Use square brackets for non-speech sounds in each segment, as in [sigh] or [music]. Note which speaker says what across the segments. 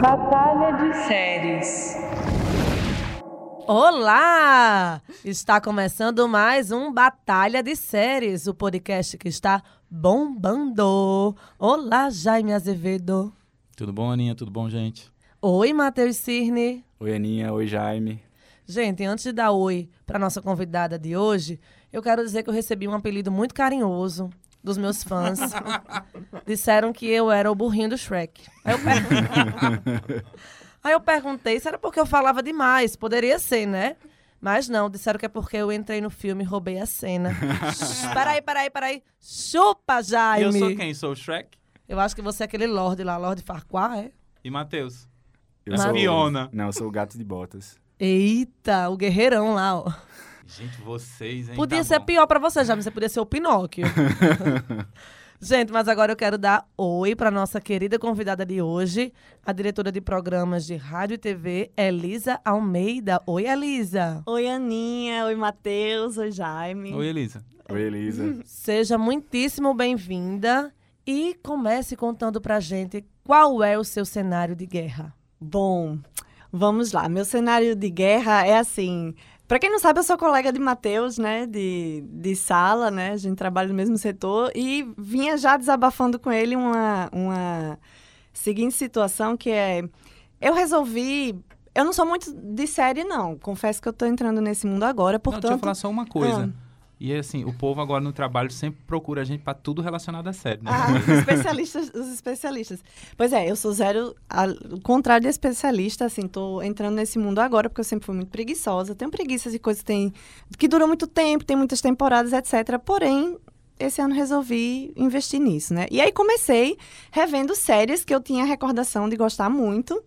Speaker 1: Batalha de séries.
Speaker 2: Olá! Está começando mais um Batalha de Séries, o podcast que está bombando. Olá, Jaime Azevedo.
Speaker 3: Tudo bom, Aninha? Tudo bom, gente?
Speaker 2: Oi, Matheus Cirne.
Speaker 3: Oi, Aninha. Oi, Jaime.
Speaker 2: Gente, antes de dar oi para nossa convidada de hoje, eu quero dizer que eu recebi um apelido muito carinhoso dos meus fãs. Disseram que eu era o burrinho do Shrek. Aí eu, per- Aí eu perguntei se era porque eu falava demais. Poderia ser, né? Mas não, disseram que é porque eu entrei no filme e roubei a cena. Shh, peraí, peraí, peraí. Chupa,
Speaker 3: E
Speaker 2: Jaime!
Speaker 3: eu sou quem? Sou o Shrek
Speaker 2: Eu acho que você é aquele Lorde lá, Lorde Farquhar, é?
Speaker 3: e Matheus.
Speaker 4: Eu
Speaker 3: Mas-
Speaker 4: sou
Speaker 3: Fiona.
Speaker 4: Não, eu sou o gato de botas.
Speaker 2: Eita, o guerreirão lá, ó.
Speaker 3: Gente, vocês, hein?
Speaker 2: Podia
Speaker 3: tá
Speaker 2: ser
Speaker 3: bom.
Speaker 2: pior pra você, já, mas você podia ser o [laughs] Pinóquio. Gente, mas agora eu quero dar oi pra nossa querida convidada de hoje, a diretora de programas de rádio e TV, Elisa Almeida. Oi, Elisa.
Speaker 5: Oi, Aninha. Oi, Matheus. Oi, Jaime.
Speaker 3: Oi, Elisa.
Speaker 4: Oi,
Speaker 5: [laughs]
Speaker 4: Elisa.
Speaker 2: Seja muitíssimo bem-vinda e comece contando pra gente qual é o seu cenário de guerra.
Speaker 5: Bom, vamos lá. Meu cenário de guerra é assim. Pra quem não sabe, eu sou colega de Matheus, né? De, de sala, né? A gente trabalha no mesmo setor. E vinha já desabafando com ele uma, uma seguinte situação que é... Eu resolvi... Eu não sou muito de série, não. Confesso que eu tô entrando nesse mundo agora,
Speaker 3: Não, deixa eu
Speaker 5: portanto...
Speaker 3: falar só uma coisa. E assim, o povo agora no trabalho sempre procura a gente pra tudo relacionado a série. Né?
Speaker 5: Ah, os especialistas, os especialistas. Pois é, eu sou zero, a- o contrário de especialista, assim, tô entrando nesse mundo agora porque eu sempre fui muito preguiçosa. Tenho preguiças de coisas que tem que duram muito tempo, tem muitas temporadas, etc. Porém, esse ano resolvi investir nisso, né? E aí comecei revendo séries que eu tinha recordação de gostar muito.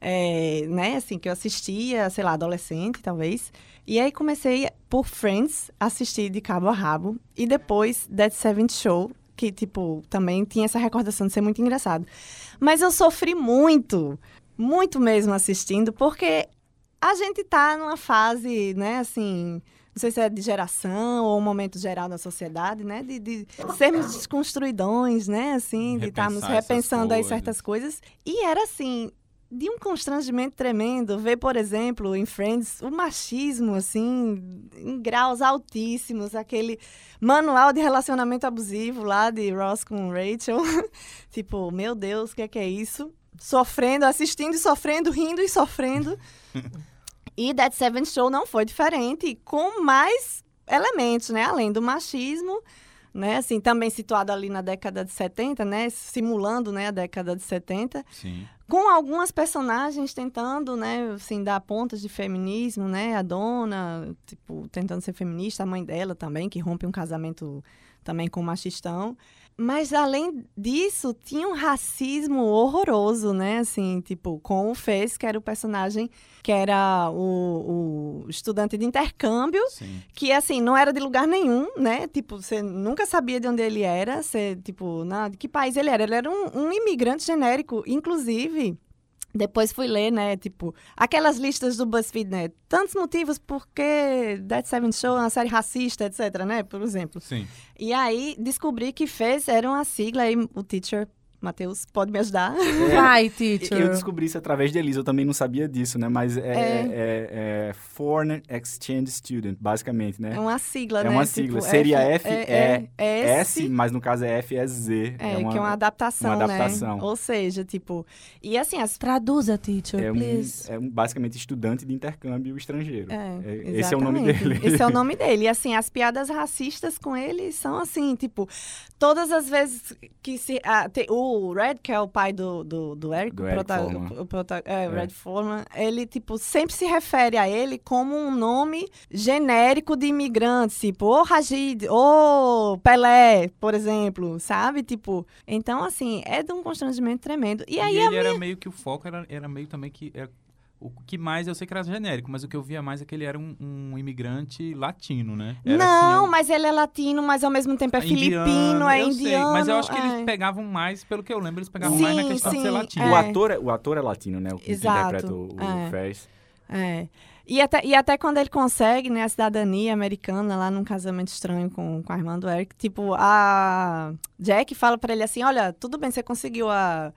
Speaker 5: é, né, assim, que eu assistia, sei lá, adolescente, talvez. E aí comecei por Friends, assistir de cabo a rabo. E depois That Seventh Show, que, tipo, também tinha essa recordação de ser muito engraçado. Mas eu sofri muito, muito mesmo assistindo, porque a gente tá numa fase, né, assim. Não sei se é de geração ou um momento geral da sociedade, né? De, de sermos desconstruidões, né? Assim, de
Speaker 3: Repensar
Speaker 5: estarmos
Speaker 3: essas
Speaker 5: repensando aí
Speaker 3: coisas.
Speaker 5: certas coisas. E era assim, de um constrangimento tremendo ver, por exemplo, em Friends, o machismo, assim, em graus altíssimos, aquele manual de relacionamento abusivo lá de Ross com Rachel. tipo, meu Deus, o que é que é isso? Sofrendo, assistindo e sofrendo, rindo e sofrendo. e That Seven Show não foi diferente, com mais elementos, né? Além do machismo, né? Assim, também situado ali na década de 70, né? Simulando, né, a década de 70
Speaker 3: Sim.
Speaker 5: com algumas personagens tentando, né, assim, dar pontas de feminismo, né, a dona, tipo, tentando ser feminista, a mãe dela também, que rompe um casamento também com um machistão. Mas além disso, tinha um racismo horroroso, né, assim, tipo, com o Fez, que era o personagem que era o- o estudante de intercâmbio,
Speaker 3: Sim.
Speaker 5: que assim, não era de lugar nenhum, né? Tipo, você nunca sabia de onde ele era, você, tipo, na, de que país ele era. Ele era um, um imigrante genérico, inclusive. Depois fui ler, né? Tipo, aquelas listas do BuzzFeed, né? Tantos motivos porque That Seven Show é uma série racista, etc, né? Por exemplo.
Speaker 3: Sim.
Speaker 5: E aí descobri que fez, era uma sigla aí, o teacher, Matheus, pode me ajudar?
Speaker 2: Vai,
Speaker 4: Eu
Speaker 2: teacher.
Speaker 4: descobri isso através de Elisa, eu também não sabia disso, né? Mas é,
Speaker 5: É.
Speaker 4: é- é Foreign Exchange Student, basicamente,
Speaker 5: É
Speaker 4: né?
Speaker 5: [laughs] uma sigla,
Speaker 4: É
Speaker 5: né?
Speaker 4: uma sigla. Seria
Speaker 5: F-
Speaker 4: F-
Speaker 5: E-
Speaker 4: S, mas no caso é F, é Z.
Speaker 5: É, que é uma adaptação,
Speaker 4: uma
Speaker 5: né?
Speaker 4: adaptação.
Speaker 5: Ou seja, tipo... E assim, as...
Speaker 2: Traduza, teacher,
Speaker 4: é um-
Speaker 2: please.
Speaker 4: é um, basicamente estudante de intercâmbio estrangeiro.
Speaker 5: É,
Speaker 4: É, esse é o nome
Speaker 5: exatamente.
Speaker 4: dele.
Speaker 5: Esse é o nome dele. E assim, as piadas racistas com ele são assim, tipo... Todas as vezes que se... ah, te- o Red, que é o pai do, do, do Eric,
Speaker 4: Do
Speaker 5: o
Speaker 4: Eric
Speaker 5: prota-
Speaker 4: Foreman.
Speaker 5: o prota- é, o
Speaker 4: É.
Speaker 5: Red Foreman, ele, tipo, sempre se refere a ele como um nome genérico de imigrantes, tipo, ô Rajid, ô Pelé, por exemplo, sabe? Tipo, então, assim, é de um constrangimento tremendo. E aí,
Speaker 3: e ele era meio que o foco, era, era meio também que. Era, o que mais eu sei que era genérico, mas o que eu via mais é que ele era um, um imigrante latino, né? Era, assim,
Speaker 5: não,
Speaker 3: eu-
Speaker 5: mas ele é latino, mas ao mesmo tempo é
Speaker 3: indiano,
Speaker 5: filipino, é
Speaker 3: eu
Speaker 5: indiano.
Speaker 3: Sei, mas eu acho que
Speaker 5: é.
Speaker 3: eles pegavam mais, pelo que eu lembro, eles pegavam
Speaker 5: Sim,
Speaker 3: mais na questão de
Speaker 5: sim,
Speaker 3: ser latino.
Speaker 4: O,
Speaker 5: é.
Speaker 4: ator, é- o ator é latino, né? O que
Speaker 5: Exato,
Speaker 4: interpreta o, o
Speaker 5: é.
Speaker 4: Fez.
Speaker 5: É. E até, e até quando ele consegue, né, a cidadania americana lá num casamento estranho com, com a irmã do Eric, tipo, a Jack fala pra ele assim, olha, tudo bem, você conseguiu a,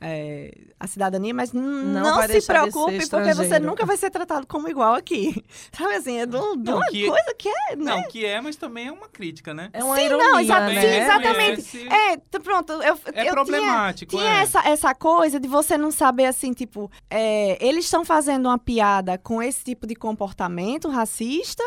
Speaker 5: é, a cidadania, mas n-
Speaker 2: Não
Speaker 5: não,
Speaker 2: vai
Speaker 5: se
Speaker 2: deixar de ser
Speaker 5: preocupe, porque você
Speaker 2: estrangeiro."
Speaker 5: nunca vai ser tratado como igual aqui. [laughs] Sabe assim, é de, um- de
Speaker 3: Não,
Speaker 5: uma
Speaker 3: que-
Speaker 5: coisa que é, né?
Speaker 3: Não, que é, mas também é uma crítica, né?
Speaker 2: É uma
Speaker 5: Sim,
Speaker 2: ironia,
Speaker 5: não, exa-
Speaker 2: né?
Speaker 5: sim, exatamente.
Speaker 3: Esse-
Speaker 5: É, t- pronto, eu,
Speaker 3: É
Speaker 5: eu tinha...
Speaker 3: problemático,
Speaker 5: Tinha
Speaker 3: é.
Speaker 5: essa, essa coisa de você não saber, assim, tipo, é, eles estão fazendo uma piada com esse tipo de comportamento racista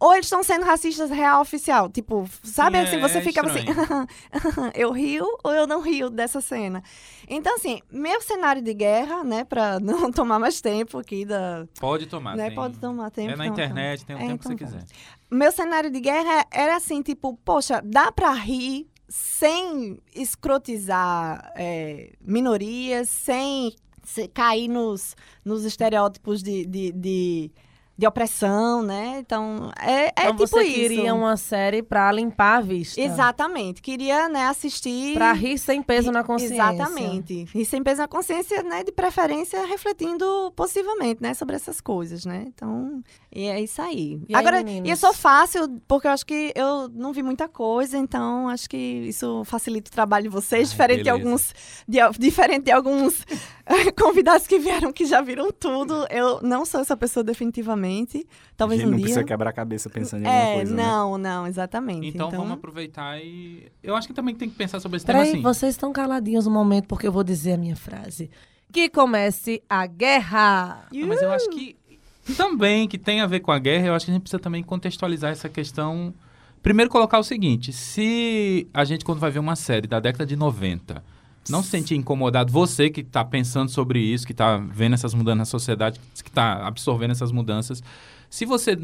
Speaker 5: ou eles estão sendo racistas real oficial? Tipo, sabe
Speaker 3: Sim, é-
Speaker 5: assim, você
Speaker 3: é
Speaker 5: fica assim, [laughs] eu rio ou eu não rio dessa cena? Então, assim, meu cenário de guerra, né, pra [laughs] não tomar mais tempo aqui da.
Speaker 3: Pode tomar.
Speaker 5: né,
Speaker 3: Ah, tem-
Speaker 5: pode tomar tempo.
Speaker 3: É na
Speaker 5: então, então.
Speaker 3: internet, tem o
Speaker 5: É,
Speaker 3: tempo
Speaker 5: então
Speaker 3: que você
Speaker 5: vamos.
Speaker 3: quiser.
Speaker 5: Meu cenário de guerra era assim, tipo, poxa, dá pra rir sem escrotizar é, minorias, sem se- cair nos, nos estereótipos de, de, de, de opressão, né? Então, é, é
Speaker 2: Então
Speaker 5: tipo
Speaker 2: você
Speaker 5: isso.
Speaker 2: queria uma série pra limpar a vista.
Speaker 5: Exatamente. Queria, né, assistir...
Speaker 2: Pra rir sem peso na consciência.
Speaker 5: Exatamente. E sem peso na consciência, né? De preferência, refletindo possivelmente, né? Sobre essas coisas, né? Então, e é isso aí.
Speaker 2: E aí,
Speaker 5: Agora,
Speaker 2: meninos?
Speaker 5: e eu sou fácil, porque eu acho que eu não vi muita coisa, então acho que isso facilita o trabalho de vocês,
Speaker 3: Ai,
Speaker 5: diferente de
Speaker 3: beleza.
Speaker 5: alguns. de al- diferente de alguns eh, [laughs] convidados que vieram que já viram tudo. Eu não sou essa pessoa definitivamente. Talvez
Speaker 4: Ele
Speaker 5: um
Speaker 4: não
Speaker 5: dia.
Speaker 4: precisa quebrar a cabeça pensando em alguma
Speaker 5: é,
Speaker 4: coisa, né?
Speaker 5: não, não, exatamente. é
Speaker 3: Então, vamos aproveitar e. Eu acho que também tem que pensar sobre esse tema
Speaker 2: Peraí,
Speaker 3: assim.
Speaker 2: vocês estão caladinhos um momento, porque eu vou dizer a minha frase. Que comece a guerra!
Speaker 3: Ah, Mas eu acho que também que tem a ver com a guerra, eu acho que a gente precisa também contextualizar essa questão. Primeiro colocar o seguinte, se a gente quando vai ver uma série da década de 90, não se sentir incomodado, você que está pensando sobre isso, que está vendo essas mudanças na sociedade, que está absorvendo essas mudanças, se você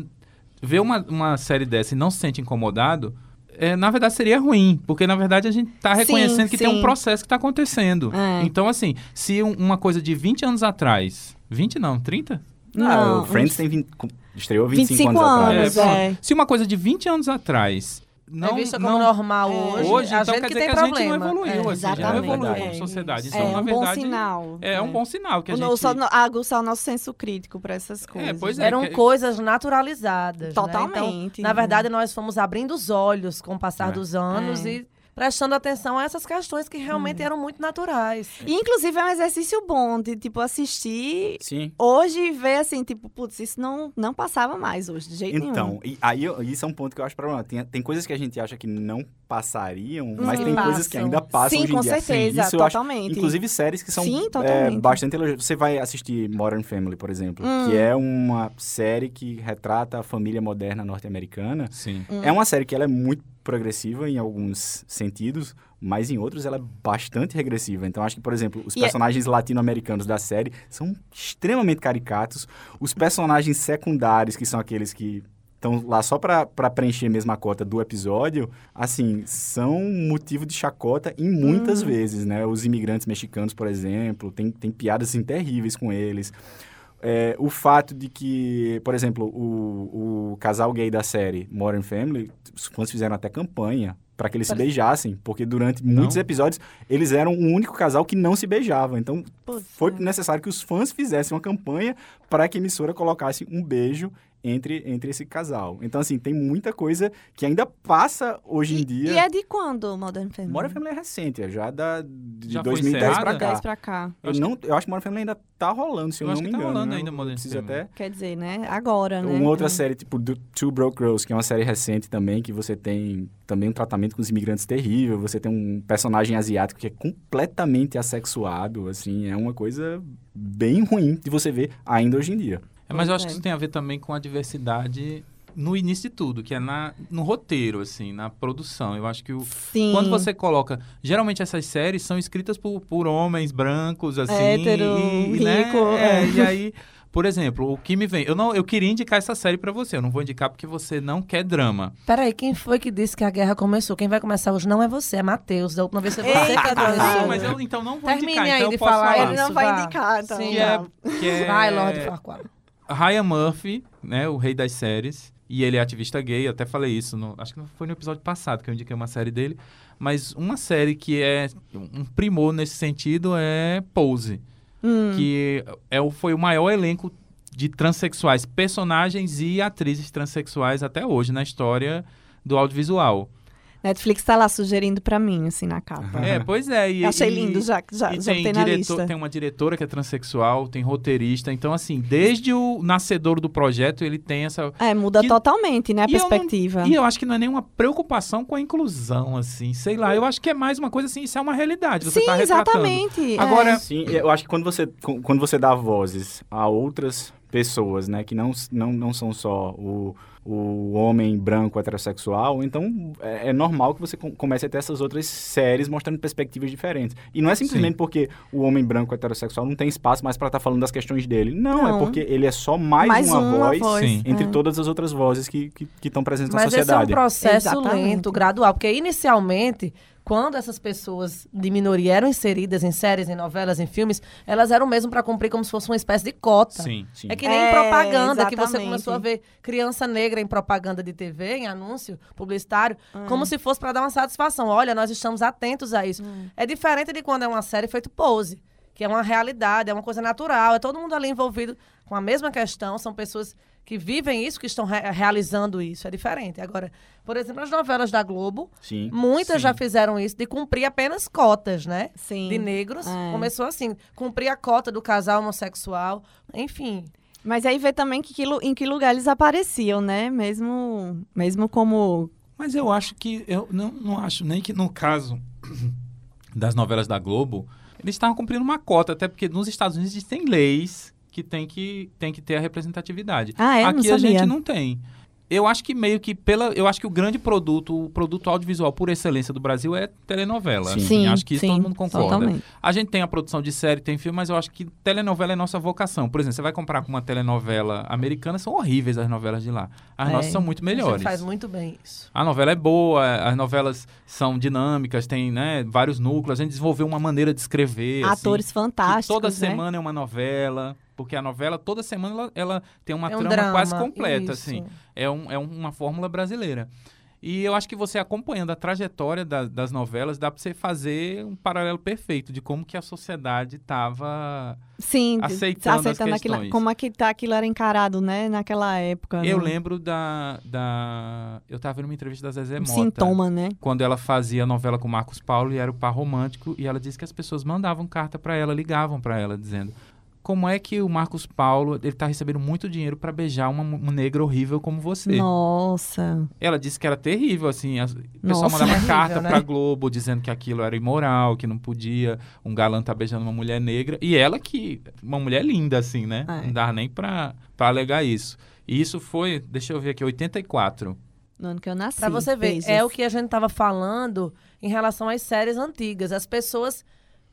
Speaker 3: vê uma, uma série dessa e não se sente incomodado, é, na verdade seria ruim, porque na verdade a gente está
Speaker 5: Sim,
Speaker 3: reconhecendo que tem um
Speaker 5: sim.
Speaker 3: processo que está acontecendo.
Speaker 5: É.
Speaker 3: Então, assim, se um- uma coisa de 20 anos atrás. 20 não, 30?
Speaker 4: Ah,
Speaker 5: Não,
Speaker 4: o Friends tem 20, com- estreou 25,
Speaker 5: 25
Speaker 4: anos,
Speaker 5: anos,
Speaker 4: atrás.
Speaker 5: é.
Speaker 3: Se uma coisa de 20 anos atrás. Não,
Speaker 2: é visto como
Speaker 3: não,
Speaker 2: normal
Speaker 5: É.
Speaker 2: hoje.
Speaker 3: hoje,
Speaker 2: a
Speaker 3: então
Speaker 2: gente
Speaker 3: quer
Speaker 2: que
Speaker 3: dizer
Speaker 2: tem
Speaker 3: que a gente não
Speaker 2: problema. É.
Speaker 3: evoluiu. assim, a gente não
Speaker 5: exatamente.
Speaker 3: evoluiu como
Speaker 5: É.
Speaker 3: sociedade. Então,
Speaker 5: é
Speaker 3: na
Speaker 5: um bom
Speaker 3: verdade.
Speaker 5: sinal.
Speaker 3: É, um bom sinal que a
Speaker 5: O
Speaker 3: gente.
Speaker 5: no- só no- aguçar o é nosso senso crítico para essas coisas. um
Speaker 3: pois é.
Speaker 2: Eram
Speaker 3: que-
Speaker 2: coisas naturalizadas. Né? Então,
Speaker 5: Totalmente.
Speaker 2: Na verdade, nós fomos abrindo os olhos com o passar
Speaker 3: É.
Speaker 2: dos anos
Speaker 5: É. Hum.
Speaker 2: e prestando atenção a essas questões que realmente eram muito naturais.
Speaker 5: E, inclusive, é um exercício bom de, tipo, assistir
Speaker 4: Sim.
Speaker 5: hoje e ver, assim, tipo, putz, isso não, não passava mais hoje, de jeito nenhum.
Speaker 4: Então, e aí eu- isso é um ponto que eu acho problemático. Tem, tem coisas que a gente acha que não passariam, mas
Speaker 5: que
Speaker 4: tem coisas que
Speaker 2: passam.
Speaker 4: ainda passam
Speaker 5: Sim,
Speaker 4: hoje em
Speaker 5: com
Speaker 4: dia. assim,
Speaker 5: certeza,
Speaker 4: isso eu acho-
Speaker 5: totalmente.
Speaker 4: Inclusive séries que são
Speaker 5: Sim,
Speaker 4: é,
Speaker 5: totalmente.
Speaker 4: bastante elogiadas. Você vai assistir Modern Family, por exemplo,
Speaker 5: Hum.
Speaker 4: que é uma série que retrata a família moderna norte-americana.
Speaker 3: Sim.
Speaker 5: Hum.
Speaker 4: É uma série que ela é muito progressiva em alguns sentidos, mas em outros ela é bastante regressiva. Então acho que, por exemplo, os
Speaker 5: E é-
Speaker 4: personagens latino-americanos da série são extremamente caricatos. Os personagens secundários, que são aqueles que estão lá só pra pra preencher mesmo a cota do episódio, assim, são motivo de chacota em
Speaker 5: Uhum.
Speaker 4: muitas vezes, né? Os imigrantes mexicanos, por exemplo, tem, tem piadas assim, terríveis com eles. É, o fato de que, por exemplo, o, o casal gay da série Modern Family, os fãs fizeram até campanha pra que eles se
Speaker 2: Parece-
Speaker 4: beijassem, porque durante muitos episódios eles eram o único casal que não se beijava. Então
Speaker 5: Putz,
Speaker 4: foi
Speaker 5: né?
Speaker 4: necessário que os fãs fizessem uma campanha para que a emissora colocasse um beijo entre, entre esse casal. Então, assim, tem muita coisa que ainda passa hoje em
Speaker 5: E,
Speaker 4: dia.
Speaker 5: e é de quando, Modern Family?
Speaker 4: Modern Family é recente, é já da, de
Speaker 3: Já foi
Speaker 4: 2010
Speaker 3: encerrada?
Speaker 4: pra cá.
Speaker 5: 10 pra cá.
Speaker 4: Eu,
Speaker 3: acho
Speaker 4: não, eu acho que Modern Family ainda tá rolando, se eu,
Speaker 3: Eu acho
Speaker 4: não me
Speaker 3: que tá
Speaker 4: engano.
Speaker 3: rolando
Speaker 4: eu
Speaker 3: ainda Modern
Speaker 4: preciso
Speaker 3: Family.
Speaker 4: até
Speaker 5: Quer dizer, né? Agora, né?
Speaker 4: uma outra
Speaker 5: É.
Speaker 4: série tipo do Two Broke Girls, que é uma série recente também, que você tem também um tratamento com os imigrantes terrível, você tem um personagem asiático que é completamente assexuado, assim, é uma coisa bem ruim de você ver ainda hoje em dia.
Speaker 3: É, mas eu acho que
Speaker 5: Pois é.
Speaker 3: isso tem a ver também com a diversidade no início de tudo, que é na, no roteiro, assim, na produção. Eu acho que o,
Speaker 5: Sim.
Speaker 2: Hum.
Speaker 3: Quando você coloca. Geralmente essas séries são escritas por, por homens brancos, assim.
Speaker 5: Hétero,
Speaker 3: e, e,
Speaker 5: rico,
Speaker 3: Né?
Speaker 5: é.
Speaker 3: É, e aí, por exemplo, o que me vem. Eu, não, eu queria indicar essa série pra você. Eu não vou indicar porque você não quer drama.
Speaker 2: Peraí, quem foi que disse que a guerra começou? Quem vai começar hoje não é você, é Matheus. Da última vez foi você
Speaker 5: Eita,
Speaker 2: que
Speaker 5: tá
Speaker 2: começou.
Speaker 5: vendo?
Speaker 3: Não, mas eu então não vou
Speaker 2: né? Termine
Speaker 3: indicar.
Speaker 2: aí
Speaker 3: então
Speaker 2: de
Speaker 3: eu posso
Speaker 2: falar.
Speaker 5: Ah, Ele não
Speaker 2: Isso,
Speaker 5: vai
Speaker 2: vá.
Speaker 5: indicar, então.
Speaker 2: Sim.
Speaker 3: Que
Speaker 5: tá.
Speaker 3: é, que é
Speaker 2: Vai, Lorde Farquaad.
Speaker 3: Ryan Murphy, né? O rei das séries. E ele é ativista gay, eu até falei isso. no- acho que não foi no episódio passado que eu indiquei uma série dele. Mas uma série que é um primor nesse sentido é Pose.
Speaker 5: Hum.
Speaker 3: que é, o- foi o maior elenco de transexuais, personagens e atrizes transexuais até hoje na história do audiovisual.
Speaker 5: Netflix tá lá sugerindo pra mim, assim, na capa.
Speaker 3: É, pois é. E,
Speaker 5: Achei
Speaker 3: e-
Speaker 5: lindo, já, já,
Speaker 3: e
Speaker 5: já
Speaker 3: tem,
Speaker 5: tem na
Speaker 3: diretor-
Speaker 5: lista.
Speaker 3: tem uma diretora que é transexual, tem roteirista. Então, assim, desde o nascedor do projeto, ele tem essa.
Speaker 5: É, muda
Speaker 3: Que-
Speaker 5: totalmente, né, a
Speaker 3: E eu não-
Speaker 5: perspectiva.
Speaker 3: E eu acho que não é nenhuma preocupação com a inclusão, assim. Sei lá, eu acho que é mais uma coisa assim, isso é uma realidade. Você
Speaker 5: Sim,
Speaker 3: tá retratando.
Speaker 5: exatamente. é.
Speaker 3: Agora-
Speaker 4: Sim, eu acho que quando você, qu- quando você dá vozes a outras pessoas, né, que não, s- não, não são só o, o homem branco heterossexual, então é, é normal que você com- comece a ter essas outras séries mostrando perspectivas diferentes. E não é simplesmente porque o homem branco heterossexual não tem espaço mais para estar falando das questões dele. Não, é
Speaker 5: Não.
Speaker 4: porque ele é só mais, uma, voz,
Speaker 3: Sim.
Speaker 4: entre
Speaker 5: é.
Speaker 4: todas as outras vozes que estão que, que estão presentes na
Speaker 2: Mas esse é um
Speaker 4: sociedade.
Speaker 2: processo
Speaker 5: Exatamente.
Speaker 2: lento, gradual, porque inicialmente, quando essas pessoas de minoria eram inseridas em séries, em novelas, em filmes, elas eram mesmo para cumprir como se fosse uma espécie de cota.
Speaker 3: Sim.
Speaker 4: Sim.
Speaker 2: É que nem
Speaker 5: É,
Speaker 2: propaganda, que você
Speaker 5: exatamente.
Speaker 2: começou a ver criança negra em propaganda de TV, em anúncio publicitário,
Speaker 5: Hum.
Speaker 2: como se fosse para dar uma satisfação. Olha, nós estamos atentos a isso.
Speaker 5: Hum.
Speaker 2: É diferente de quando é uma série feito pose, que é uma realidade, é uma coisa natural, é todo mundo ali envolvido com a mesma questão, são pessoas que vivem isso, que estão re- realizando isso, é diferente. Agora, por exemplo, as novelas da Globo,
Speaker 4: Sim.
Speaker 2: muitas
Speaker 3: Sim.
Speaker 2: já fizeram isso de cumprir apenas cotas, né?
Speaker 5: Sim.
Speaker 2: De negros,
Speaker 5: É.
Speaker 2: começou assim, cumprir a cota do casal homossexual, enfim.
Speaker 5: Mas aí vê também que que lu- em que lugar eles apareciam, né? Mesmo, mesmo como.
Speaker 3: Mas eu acho que. Eu não, não acho nem que no caso [clears throat] das novelas da Globo, eles estavam cumprindo uma cota, até porque nos Estados Unidos existem leis que tem que, tem que ter a representatividade.
Speaker 5: Ah, é? Não
Speaker 3: Aqui a
Speaker 5: sabia.
Speaker 3: gente não tem. Eu acho que meio que pela. Eu acho que o grande produto, o produto audiovisual por excelência do Brasil é telenovela.
Speaker 4: Sim.
Speaker 3: assim, acho que isso
Speaker 5: sim,
Speaker 3: todo mundo concorda.
Speaker 5: Totalmente.
Speaker 3: A gente tem a produção de série, tem filme, mas eu acho que telenovela é nossa vocação. Por exemplo, você vai comprar com uma telenovela americana, são horríveis as novelas de lá. As
Speaker 2: É.
Speaker 3: nossas são muito
Speaker 2: A
Speaker 3: melhores.
Speaker 2: gente faz muito bem isso.
Speaker 3: A novela é boa, as novelas são dinâmicas, tem né, vários núcleos. A gente desenvolveu uma maneira de escrever. assim,
Speaker 5: Atores
Speaker 3: que
Speaker 5: fantásticos.
Speaker 3: toda
Speaker 5: né?
Speaker 3: semana é uma novela, porque a novela, toda semana, ela, ela tem uma
Speaker 2: é um
Speaker 3: trama
Speaker 2: drama,
Speaker 3: quase
Speaker 2: isso.
Speaker 3: completa, assim. É, um- é uma fórmula brasileira. E eu acho que você acompanhando a trajetória da- das novelas, dá pra você fazer um paralelo perfeito de como que a sociedade tava.
Speaker 5: Sim, tá
Speaker 3: aceitando as
Speaker 5: aquilo,
Speaker 3: questões.
Speaker 5: como é que tá, aquilo era encarado, né, naquela
Speaker 2: Uhum.
Speaker 5: época.
Speaker 3: Eu
Speaker 5: né?
Speaker 3: lembro da, da. Eu tava vendo uma entrevista da Zezé
Speaker 5: Um
Speaker 3: Mota.
Speaker 5: sintoma, né?
Speaker 3: quando ela fazia a novela com Marcos Paulo e era o par romântico, e ela disse que as pessoas mandavam carta pra ela, ligavam pra ela dizendo: "Como é que o Marcos Paulo, ele tá recebendo muito dinheiro pra beijar uma, mu- uma negra horrível como você?".
Speaker 5: Nossa.
Speaker 3: Ela disse que era terrível assim, as, o pessoal
Speaker 5: Nossa.
Speaker 3: mandava
Speaker 2: Horrível,
Speaker 3: carta
Speaker 2: né?
Speaker 3: pra Globo dizendo que aquilo era imoral, que não podia um galã tá beijando uma mulher negra, e ela que uma mulher linda assim, né?
Speaker 5: É.
Speaker 3: Não dava nem pra pra alegar isso. E isso foi, deixa eu ver aqui, 84.
Speaker 5: No ano que eu nasci.
Speaker 2: Pra você ver,
Speaker 5: beijos.
Speaker 2: é o que a gente tava falando em relação às séries antigas. As pessoas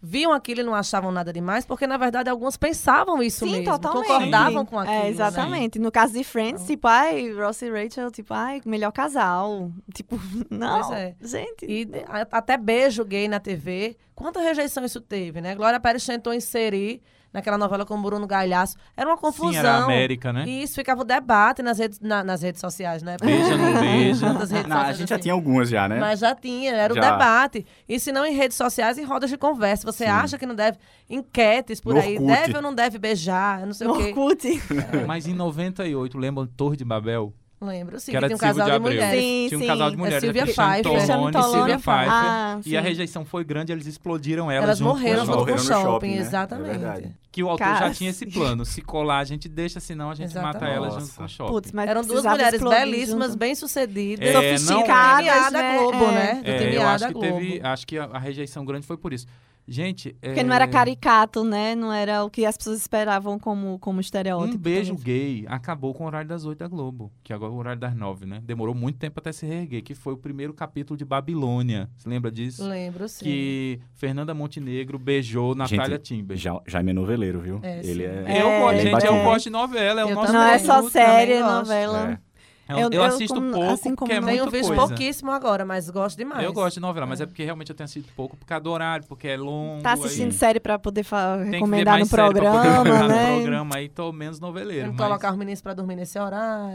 Speaker 2: viam aquilo e não achavam nada demais, porque na verdade algumas pensavam isso
Speaker 5: Sim,
Speaker 2: mesmo,
Speaker 5: totalmente.
Speaker 2: concordavam com aquilo.
Speaker 5: É,
Speaker 2: né? Então.
Speaker 5: exatamente. No caso de Friends, tipo, ai, Ross e Rachel, tipo, ai, melhor casal. Tipo, [laughs] não,
Speaker 2: Pois é.
Speaker 5: gente.
Speaker 2: E de- a- até beijo gay na TV. Quanta rejeição isso teve, né? Glória Pérez tentou inserir naquela novela com Bruno Galhaço. Era uma confusão.
Speaker 3: Sim, era a América, né?
Speaker 2: E isso ficava o debate nas redes, na- nas redes sociais, né? [laughs]
Speaker 3: Beija, não beija.
Speaker 2: Tantas redes
Speaker 4: Não, a
Speaker 2: sociais
Speaker 4: gente já
Speaker 2: assim.
Speaker 4: tinha algumas já, né?
Speaker 2: Mas já tinha, era o
Speaker 4: Já.
Speaker 2: debate. E se não em redes sociais, em rodas de conversa. Você
Speaker 4: Sim.
Speaker 2: acha que não deve? Enquetes por
Speaker 4: No
Speaker 2: aí.
Speaker 4: Orkut.
Speaker 2: Deve ou não deve beijar? Não sei
Speaker 5: No
Speaker 2: o quê.
Speaker 5: Orkut.
Speaker 3: É, Mas em 98, lembram Torre de Babel?
Speaker 2: Lembro, sim,
Speaker 3: que
Speaker 2: que,
Speaker 3: era
Speaker 2: tinha um
Speaker 3: de Silvio
Speaker 2: casal
Speaker 3: de
Speaker 2: de,
Speaker 3: Abreu.
Speaker 2: mulheres.
Speaker 5: Sim, É
Speaker 3: Tinha um
Speaker 5: sim.
Speaker 3: casal de mulheres,
Speaker 2: Silvia
Speaker 3: era Cristiane
Speaker 2: Pfeiffer.
Speaker 3: Torlone,
Speaker 5: Cristiane
Speaker 3: Silvia
Speaker 5: Torlone.
Speaker 3: Pfeiffer.
Speaker 5: Ah,
Speaker 3: e a
Speaker 5: sim.
Speaker 3: rejeição foi grande, eles explodiram ela
Speaker 2: Elas
Speaker 3: junto
Speaker 2: morreram
Speaker 3: com
Speaker 2: junto com
Speaker 3: ela.
Speaker 2: o
Speaker 4: Morreram no
Speaker 2: shopping,
Speaker 4: shopping, né? É
Speaker 2: exatamente.
Speaker 4: verdade.
Speaker 3: Que o autor já
Speaker 5: Cara,
Speaker 3: tinha esse
Speaker 5: sim.
Speaker 3: plano. Se colar, a gente deixa, senão a gente mata
Speaker 2: Exatamente.
Speaker 3: ela junto
Speaker 4: Nossa.
Speaker 3: com o shopping.
Speaker 5: Putz, mas
Speaker 2: Eram duas
Speaker 5: precisava
Speaker 2: mulheres
Speaker 5: explodir
Speaker 2: belíssimas,
Speaker 5: junto.
Speaker 2: bem-sucedidas.
Speaker 3: É,
Speaker 5: não-
Speaker 2: Sofisticada
Speaker 5: né?
Speaker 2: Globo,
Speaker 5: É.
Speaker 2: né? Do
Speaker 3: É, eu
Speaker 2: TVA
Speaker 3: acho
Speaker 2: da
Speaker 3: que
Speaker 2: Globo.
Speaker 3: teve. Acho que a, a rejeição grande foi por isso. Gente.
Speaker 5: Porque
Speaker 3: é,
Speaker 5: não era caricato, né? Não era o que as pessoas esperavam como, como estereótipo.
Speaker 3: Um beijo
Speaker 5: talvez.
Speaker 3: gay acabou com o horário das 8 da Globo, que agora é o horário das 9, né? Demorou muito tempo até se reerguer, que foi o primeiro capítulo de Babilônia. Você lembra disso?
Speaker 2: Lembro, sim.
Speaker 3: Que Fernanda Montenegro beijou Natália Timber.
Speaker 4: Já, Jaime é noveleiro, viu?
Speaker 2: É, sim.
Speaker 4: Ele é...
Speaker 3: Eu
Speaker 5: É,
Speaker 3: gosto, gente, eu
Speaker 4: bacana.
Speaker 3: gosto de novela, é o
Speaker 2: Eu
Speaker 3: nosso
Speaker 2: também.
Speaker 5: Não é só
Speaker 2: Absoluto,
Speaker 5: série,
Speaker 2: também
Speaker 5: é
Speaker 2: gosto.
Speaker 5: novela.
Speaker 4: é.
Speaker 3: Eu,
Speaker 5: Eu-
Speaker 3: eu
Speaker 5: eu
Speaker 3: assisto
Speaker 5: como-
Speaker 3: pouco,
Speaker 5: assim como
Speaker 3: porque é
Speaker 5: não-
Speaker 2: Tenho
Speaker 3: muita
Speaker 2: visto
Speaker 3: coisa.
Speaker 2: um pouquíssimo agora, mas gosto demais.
Speaker 3: Eu gosto de novela, mas é porque realmente eu tenho assistido pouco por causa do horário, porque é longo.
Speaker 5: Tá assistindo
Speaker 3: aí
Speaker 5: série pra poder fa-
Speaker 3: tem que ver
Speaker 5: recomendar no
Speaker 3: mais série pra poder
Speaker 5: programa,
Speaker 3: colocar
Speaker 5: né?
Speaker 3: No programa, aí tô menos noveleiro.
Speaker 2: Tem que
Speaker 3: mas-
Speaker 2: colocar os meninos pra dormir nesse
Speaker 3: [laughs]
Speaker 2: horário.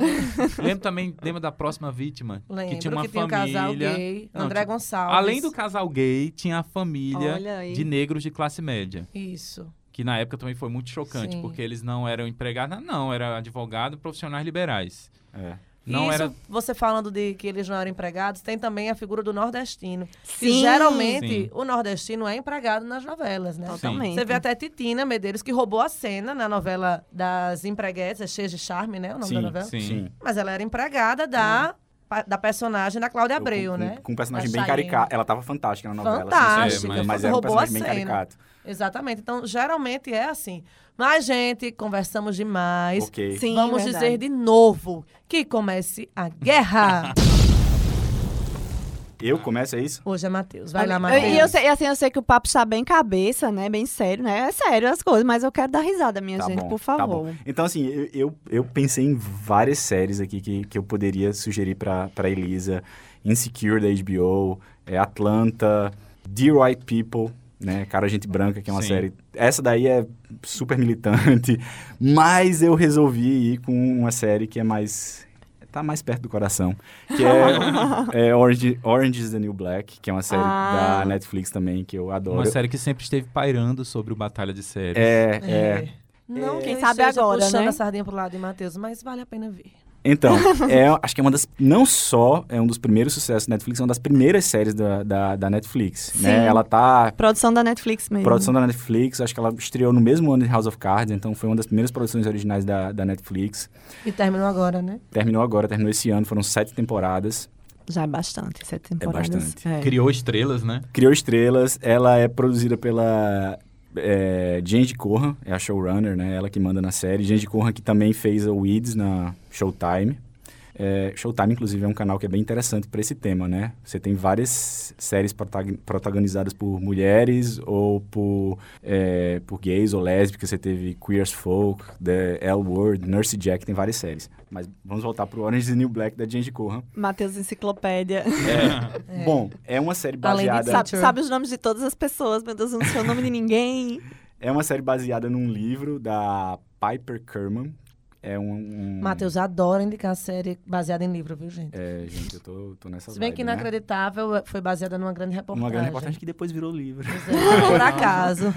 Speaker 3: Lembro também, lembra da próxima vítima?
Speaker 2: Lembro
Speaker 3: que tinha uma
Speaker 2: um
Speaker 3: família.
Speaker 2: casal gay,
Speaker 3: Não,
Speaker 2: André
Speaker 3: tinha-
Speaker 2: Gonçalves.
Speaker 3: Além do casal gay, tinha a família
Speaker 5: Olha aí.
Speaker 3: de negros de classe média.
Speaker 2: Isso.
Speaker 3: que na época também foi muito chocante,
Speaker 2: Sim.
Speaker 3: porque eles não eram empregados, não, era advogado, profissionais liberais.
Speaker 4: É.
Speaker 3: Não
Speaker 2: Isso,
Speaker 3: era-
Speaker 2: você falando de que eles não eram empregados, tem também a figura do nordestino.
Speaker 5: Sim.
Speaker 2: Que geralmente
Speaker 3: Sim.
Speaker 2: o nordestino é empregado nas novelas, né?
Speaker 5: Totalmente.
Speaker 2: Você vê até Titina Medeiros, que roubou a cena na novela das empreguetes, Cheia de Charme, né? O nome da
Speaker 3: Sim,
Speaker 2: novela.
Speaker 3: sim.
Speaker 4: Sim.
Speaker 2: Mas ela era empregada da, pa- da personagem da Cláudia Abreu,
Speaker 4: com,
Speaker 2: né?
Speaker 4: Com, com um personagem
Speaker 2: Da
Speaker 4: bem
Speaker 2: Chayenne.
Speaker 4: caricato. Ela tava fantástica na novela.
Speaker 2: Fantástica,
Speaker 4: Assim,
Speaker 3: É, mas-
Speaker 4: mas era um
Speaker 2: roubou a
Speaker 4: personagem bem
Speaker 2: cena.
Speaker 4: caricato.
Speaker 2: Exatamente. Então, geralmente é assim. Mas, gente, conversamos demais.
Speaker 4: Ok.
Speaker 5: Sim,
Speaker 2: Vamos
Speaker 5: verdade.
Speaker 2: dizer de novo que comece a
Speaker 3: [laughs]
Speaker 2: guerra.
Speaker 4: Eu começo, é isso?
Speaker 2: Hoje é Matheus. Vai
Speaker 5: Olha,
Speaker 2: lá,
Speaker 5: eu- E eu
Speaker 2: Matheus.
Speaker 5: sei, assim, eu sei que o papo está bem cabeça, né? Bem sério, né? É sério as coisas, mas eu quero dar risada, minha
Speaker 4: Tá
Speaker 5: gente,
Speaker 4: bom,
Speaker 5: por
Speaker 4: tá
Speaker 5: favor.
Speaker 4: bom. Então, assim, eu, eu, eu pensei em várias séries aqui que, que eu poderia sugerir pra, pra Elisa. Insecure, da HBO, é Atlanta, The Right People, né? Cara Gente Branca, que é uma
Speaker 3: Sim.
Speaker 4: série... Essa daí é super militante, [laughs] mas eu resolvi ir com uma série que é mais... Tá mais perto do coração. Que
Speaker 5: [laughs]
Speaker 4: é, é Orange, Orange is the New Black, que é uma série
Speaker 5: Ah.
Speaker 4: da Netflix também, que eu adoro.
Speaker 3: Uma série que sempre esteve pairando sobre o Batalha de Séries.
Speaker 4: É, é,
Speaker 2: Não que
Speaker 5: Quem
Speaker 2: eu
Speaker 5: sabe
Speaker 2: esteja
Speaker 5: agora,
Speaker 2: puxando
Speaker 5: né?
Speaker 2: a sardinha pro lado de Matheus, mas vale a pena ver.
Speaker 4: Então, é, acho que é uma das. Não só é um dos primeiros sucessos da Netflix, é uma das primeiras séries da, da, da Netflix.
Speaker 5: Sim.
Speaker 4: Né? Ela tá.
Speaker 5: Produção da Netflix mesmo.
Speaker 4: Produção da Netflix, acho que ela estreou no mesmo ano de House of Cards, então foi uma das primeiras produções originais da, da Netflix.
Speaker 2: E terminou agora, né?
Speaker 4: Terminou agora, terminou esse ano, foram sete temporadas.
Speaker 5: Já é bastante, sete temporadas.
Speaker 4: bastante.
Speaker 5: É.
Speaker 3: Criou estrelas, né?
Speaker 4: Criou estrelas, ela é produzida pela é, Jane Corran, é a showrunner, né? Ela que manda na série. Jane Corran que também fez a Weeds na Showtime. É, Showtime, inclusive, é um canal que é bem interessante para esse tema, né? Você tem várias séries protag- protagonizadas por mulheres ou por, é, por gays ou lésbicas. Você teve Queer as Folk, The L Word, Nurse Jack, tem várias séries. Mas vamos voltar pro Orange is the New Black, da Jane Corran.
Speaker 5: Matheus Enciclopédia.
Speaker 4: Bom, é uma série
Speaker 2: Além disso,
Speaker 4: baseada...
Speaker 5: Sabe,
Speaker 2: True.
Speaker 5: sabe os nomes de todas as pessoas, meu Deus, eu não sei o nome de ninguém.
Speaker 4: É uma série baseada num livro da Piper Kerman. É um. um...
Speaker 2: Matheus adora indicar série baseada em livro, viu, gente?
Speaker 4: É, gente, eu tô, tô nessa
Speaker 2: Se bem
Speaker 4: vibe,
Speaker 2: que
Speaker 4: né?
Speaker 2: Inacreditável foi baseada numa grande reportagem.
Speaker 4: Uma grande reportagem que depois virou livro.
Speaker 2: Pois é, [laughs] Por acaso.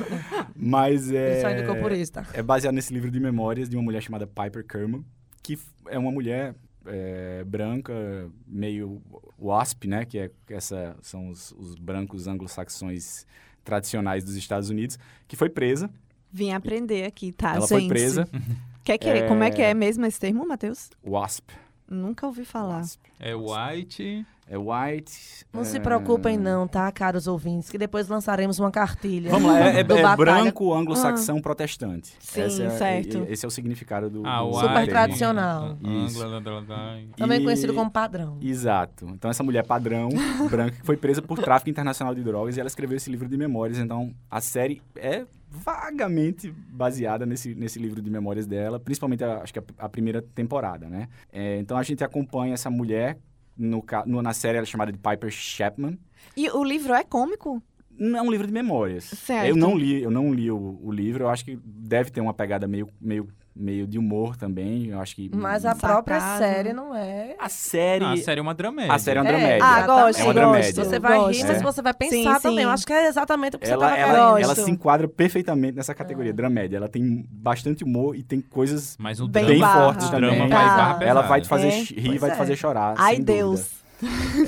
Speaker 2: [laughs]
Speaker 4: Mas
Speaker 2: Ele só
Speaker 4: é.
Speaker 2: indicou por isso, tá?
Speaker 4: É baseado nesse livro de memórias de uma mulher chamada Piper Kerman, que f- é uma mulher é, branca, meio WASP, né? Que é, que essa, são os, os brancos anglo-saxões tradicionais dos Estados Unidos, que foi presa.
Speaker 5: Vim aprender aqui, tá,
Speaker 2: Ah,
Speaker 4: ela
Speaker 5: gente?
Speaker 4: foi presa.
Speaker 5: Quer que,
Speaker 4: É.
Speaker 5: Como é que é mesmo esse termo, Matheus?
Speaker 4: WASP.
Speaker 5: Nunca ouvi falar.
Speaker 4: WASP.
Speaker 3: [laughs] É White.
Speaker 4: É white.
Speaker 2: Não se
Speaker 4: é-
Speaker 2: preocupem não, tá, caros ouvintes, que depois lançaremos uma cartilha.
Speaker 4: Vamos lá, é, é-
Speaker 2: do
Speaker 4: é
Speaker 2: Batalha.
Speaker 4: branco anglo-saxão protestante.
Speaker 5: Sim,
Speaker 4: Essa é,
Speaker 5: certo.
Speaker 4: e- Esse é o significado do.
Speaker 3: Ah,
Speaker 4: do
Speaker 3: White.
Speaker 2: Super
Speaker 4: termo.
Speaker 2: tradicional.
Speaker 4: Isso.
Speaker 3: Angla, blá, blá, blá.
Speaker 2: [laughs] Também
Speaker 4: E-
Speaker 2: conhecido como padrão.
Speaker 4: Exato. Então, essa
Speaker 2: [laughs]
Speaker 4: mulher padrão, branca, que foi presa por tráfico internacional de drogas e ela escreveu esse livro de memórias. Então, a série é vagamente baseada nesse, nesse livro de memórias dela, principalmente, a- acho que a, a primeira temporada, né? É, então, a gente acompanha essa mulher, no, ca- no- na série ela é chamada de Piper Chapman.
Speaker 5: E o livro é cômico?
Speaker 4: Não é um livro de memórias.
Speaker 5: Certo.
Speaker 4: Eu não li, eu não li o, o livro. Eu acho que deve ter uma pegada meio, meio, meio de humor também. Eu acho que.
Speaker 2: Mas a
Speaker 5: Sarcasmo.
Speaker 2: própria série não é...
Speaker 4: a série.
Speaker 3: Ah, a série é uma dramédia.
Speaker 4: A série é uma dramédia.
Speaker 5: Ah, gosto,
Speaker 4: É uma dramédia.
Speaker 2: Você vai
Speaker 5: gosto.
Speaker 2: rir, mas
Speaker 4: É.
Speaker 2: você vai
Speaker 5: Sim,
Speaker 2: pensar
Speaker 5: sim.
Speaker 2: também. Eu acho que é exatamente o que você
Speaker 4: Ela,
Speaker 2: tava
Speaker 4: ela,
Speaker 2: querendo.
Speaker 5: Gosto.
Speaker 4: ela se enquadra perfeitamente nessa categoria, dramédia. Ela tem bastante humor e tem coisas
Speaker 3: Mas o
Speaker 5: Bem
Speaker 3: drama,
Speaker 4: bem
Speaker 5: barra.
Speaker 4: fortes
Speaker 3: o
Speaker 5: Drama
Speaker 3: drama
Speaker 4: também.
Speaker 5: Tá.
Speaker 3: vai barra pesada.
Speaker 4: Ela vai te fazer
Speaker 5: É,
Speaker 4: ch- rir,
Speaker 2: pois
Speaker 4: vai
Speaker 2: é.
Speaker 4: te fazer chorar.
Speaker 5: Ai,
Speaker 4: Ah, sem dúvida.
Speaker 5: Deus.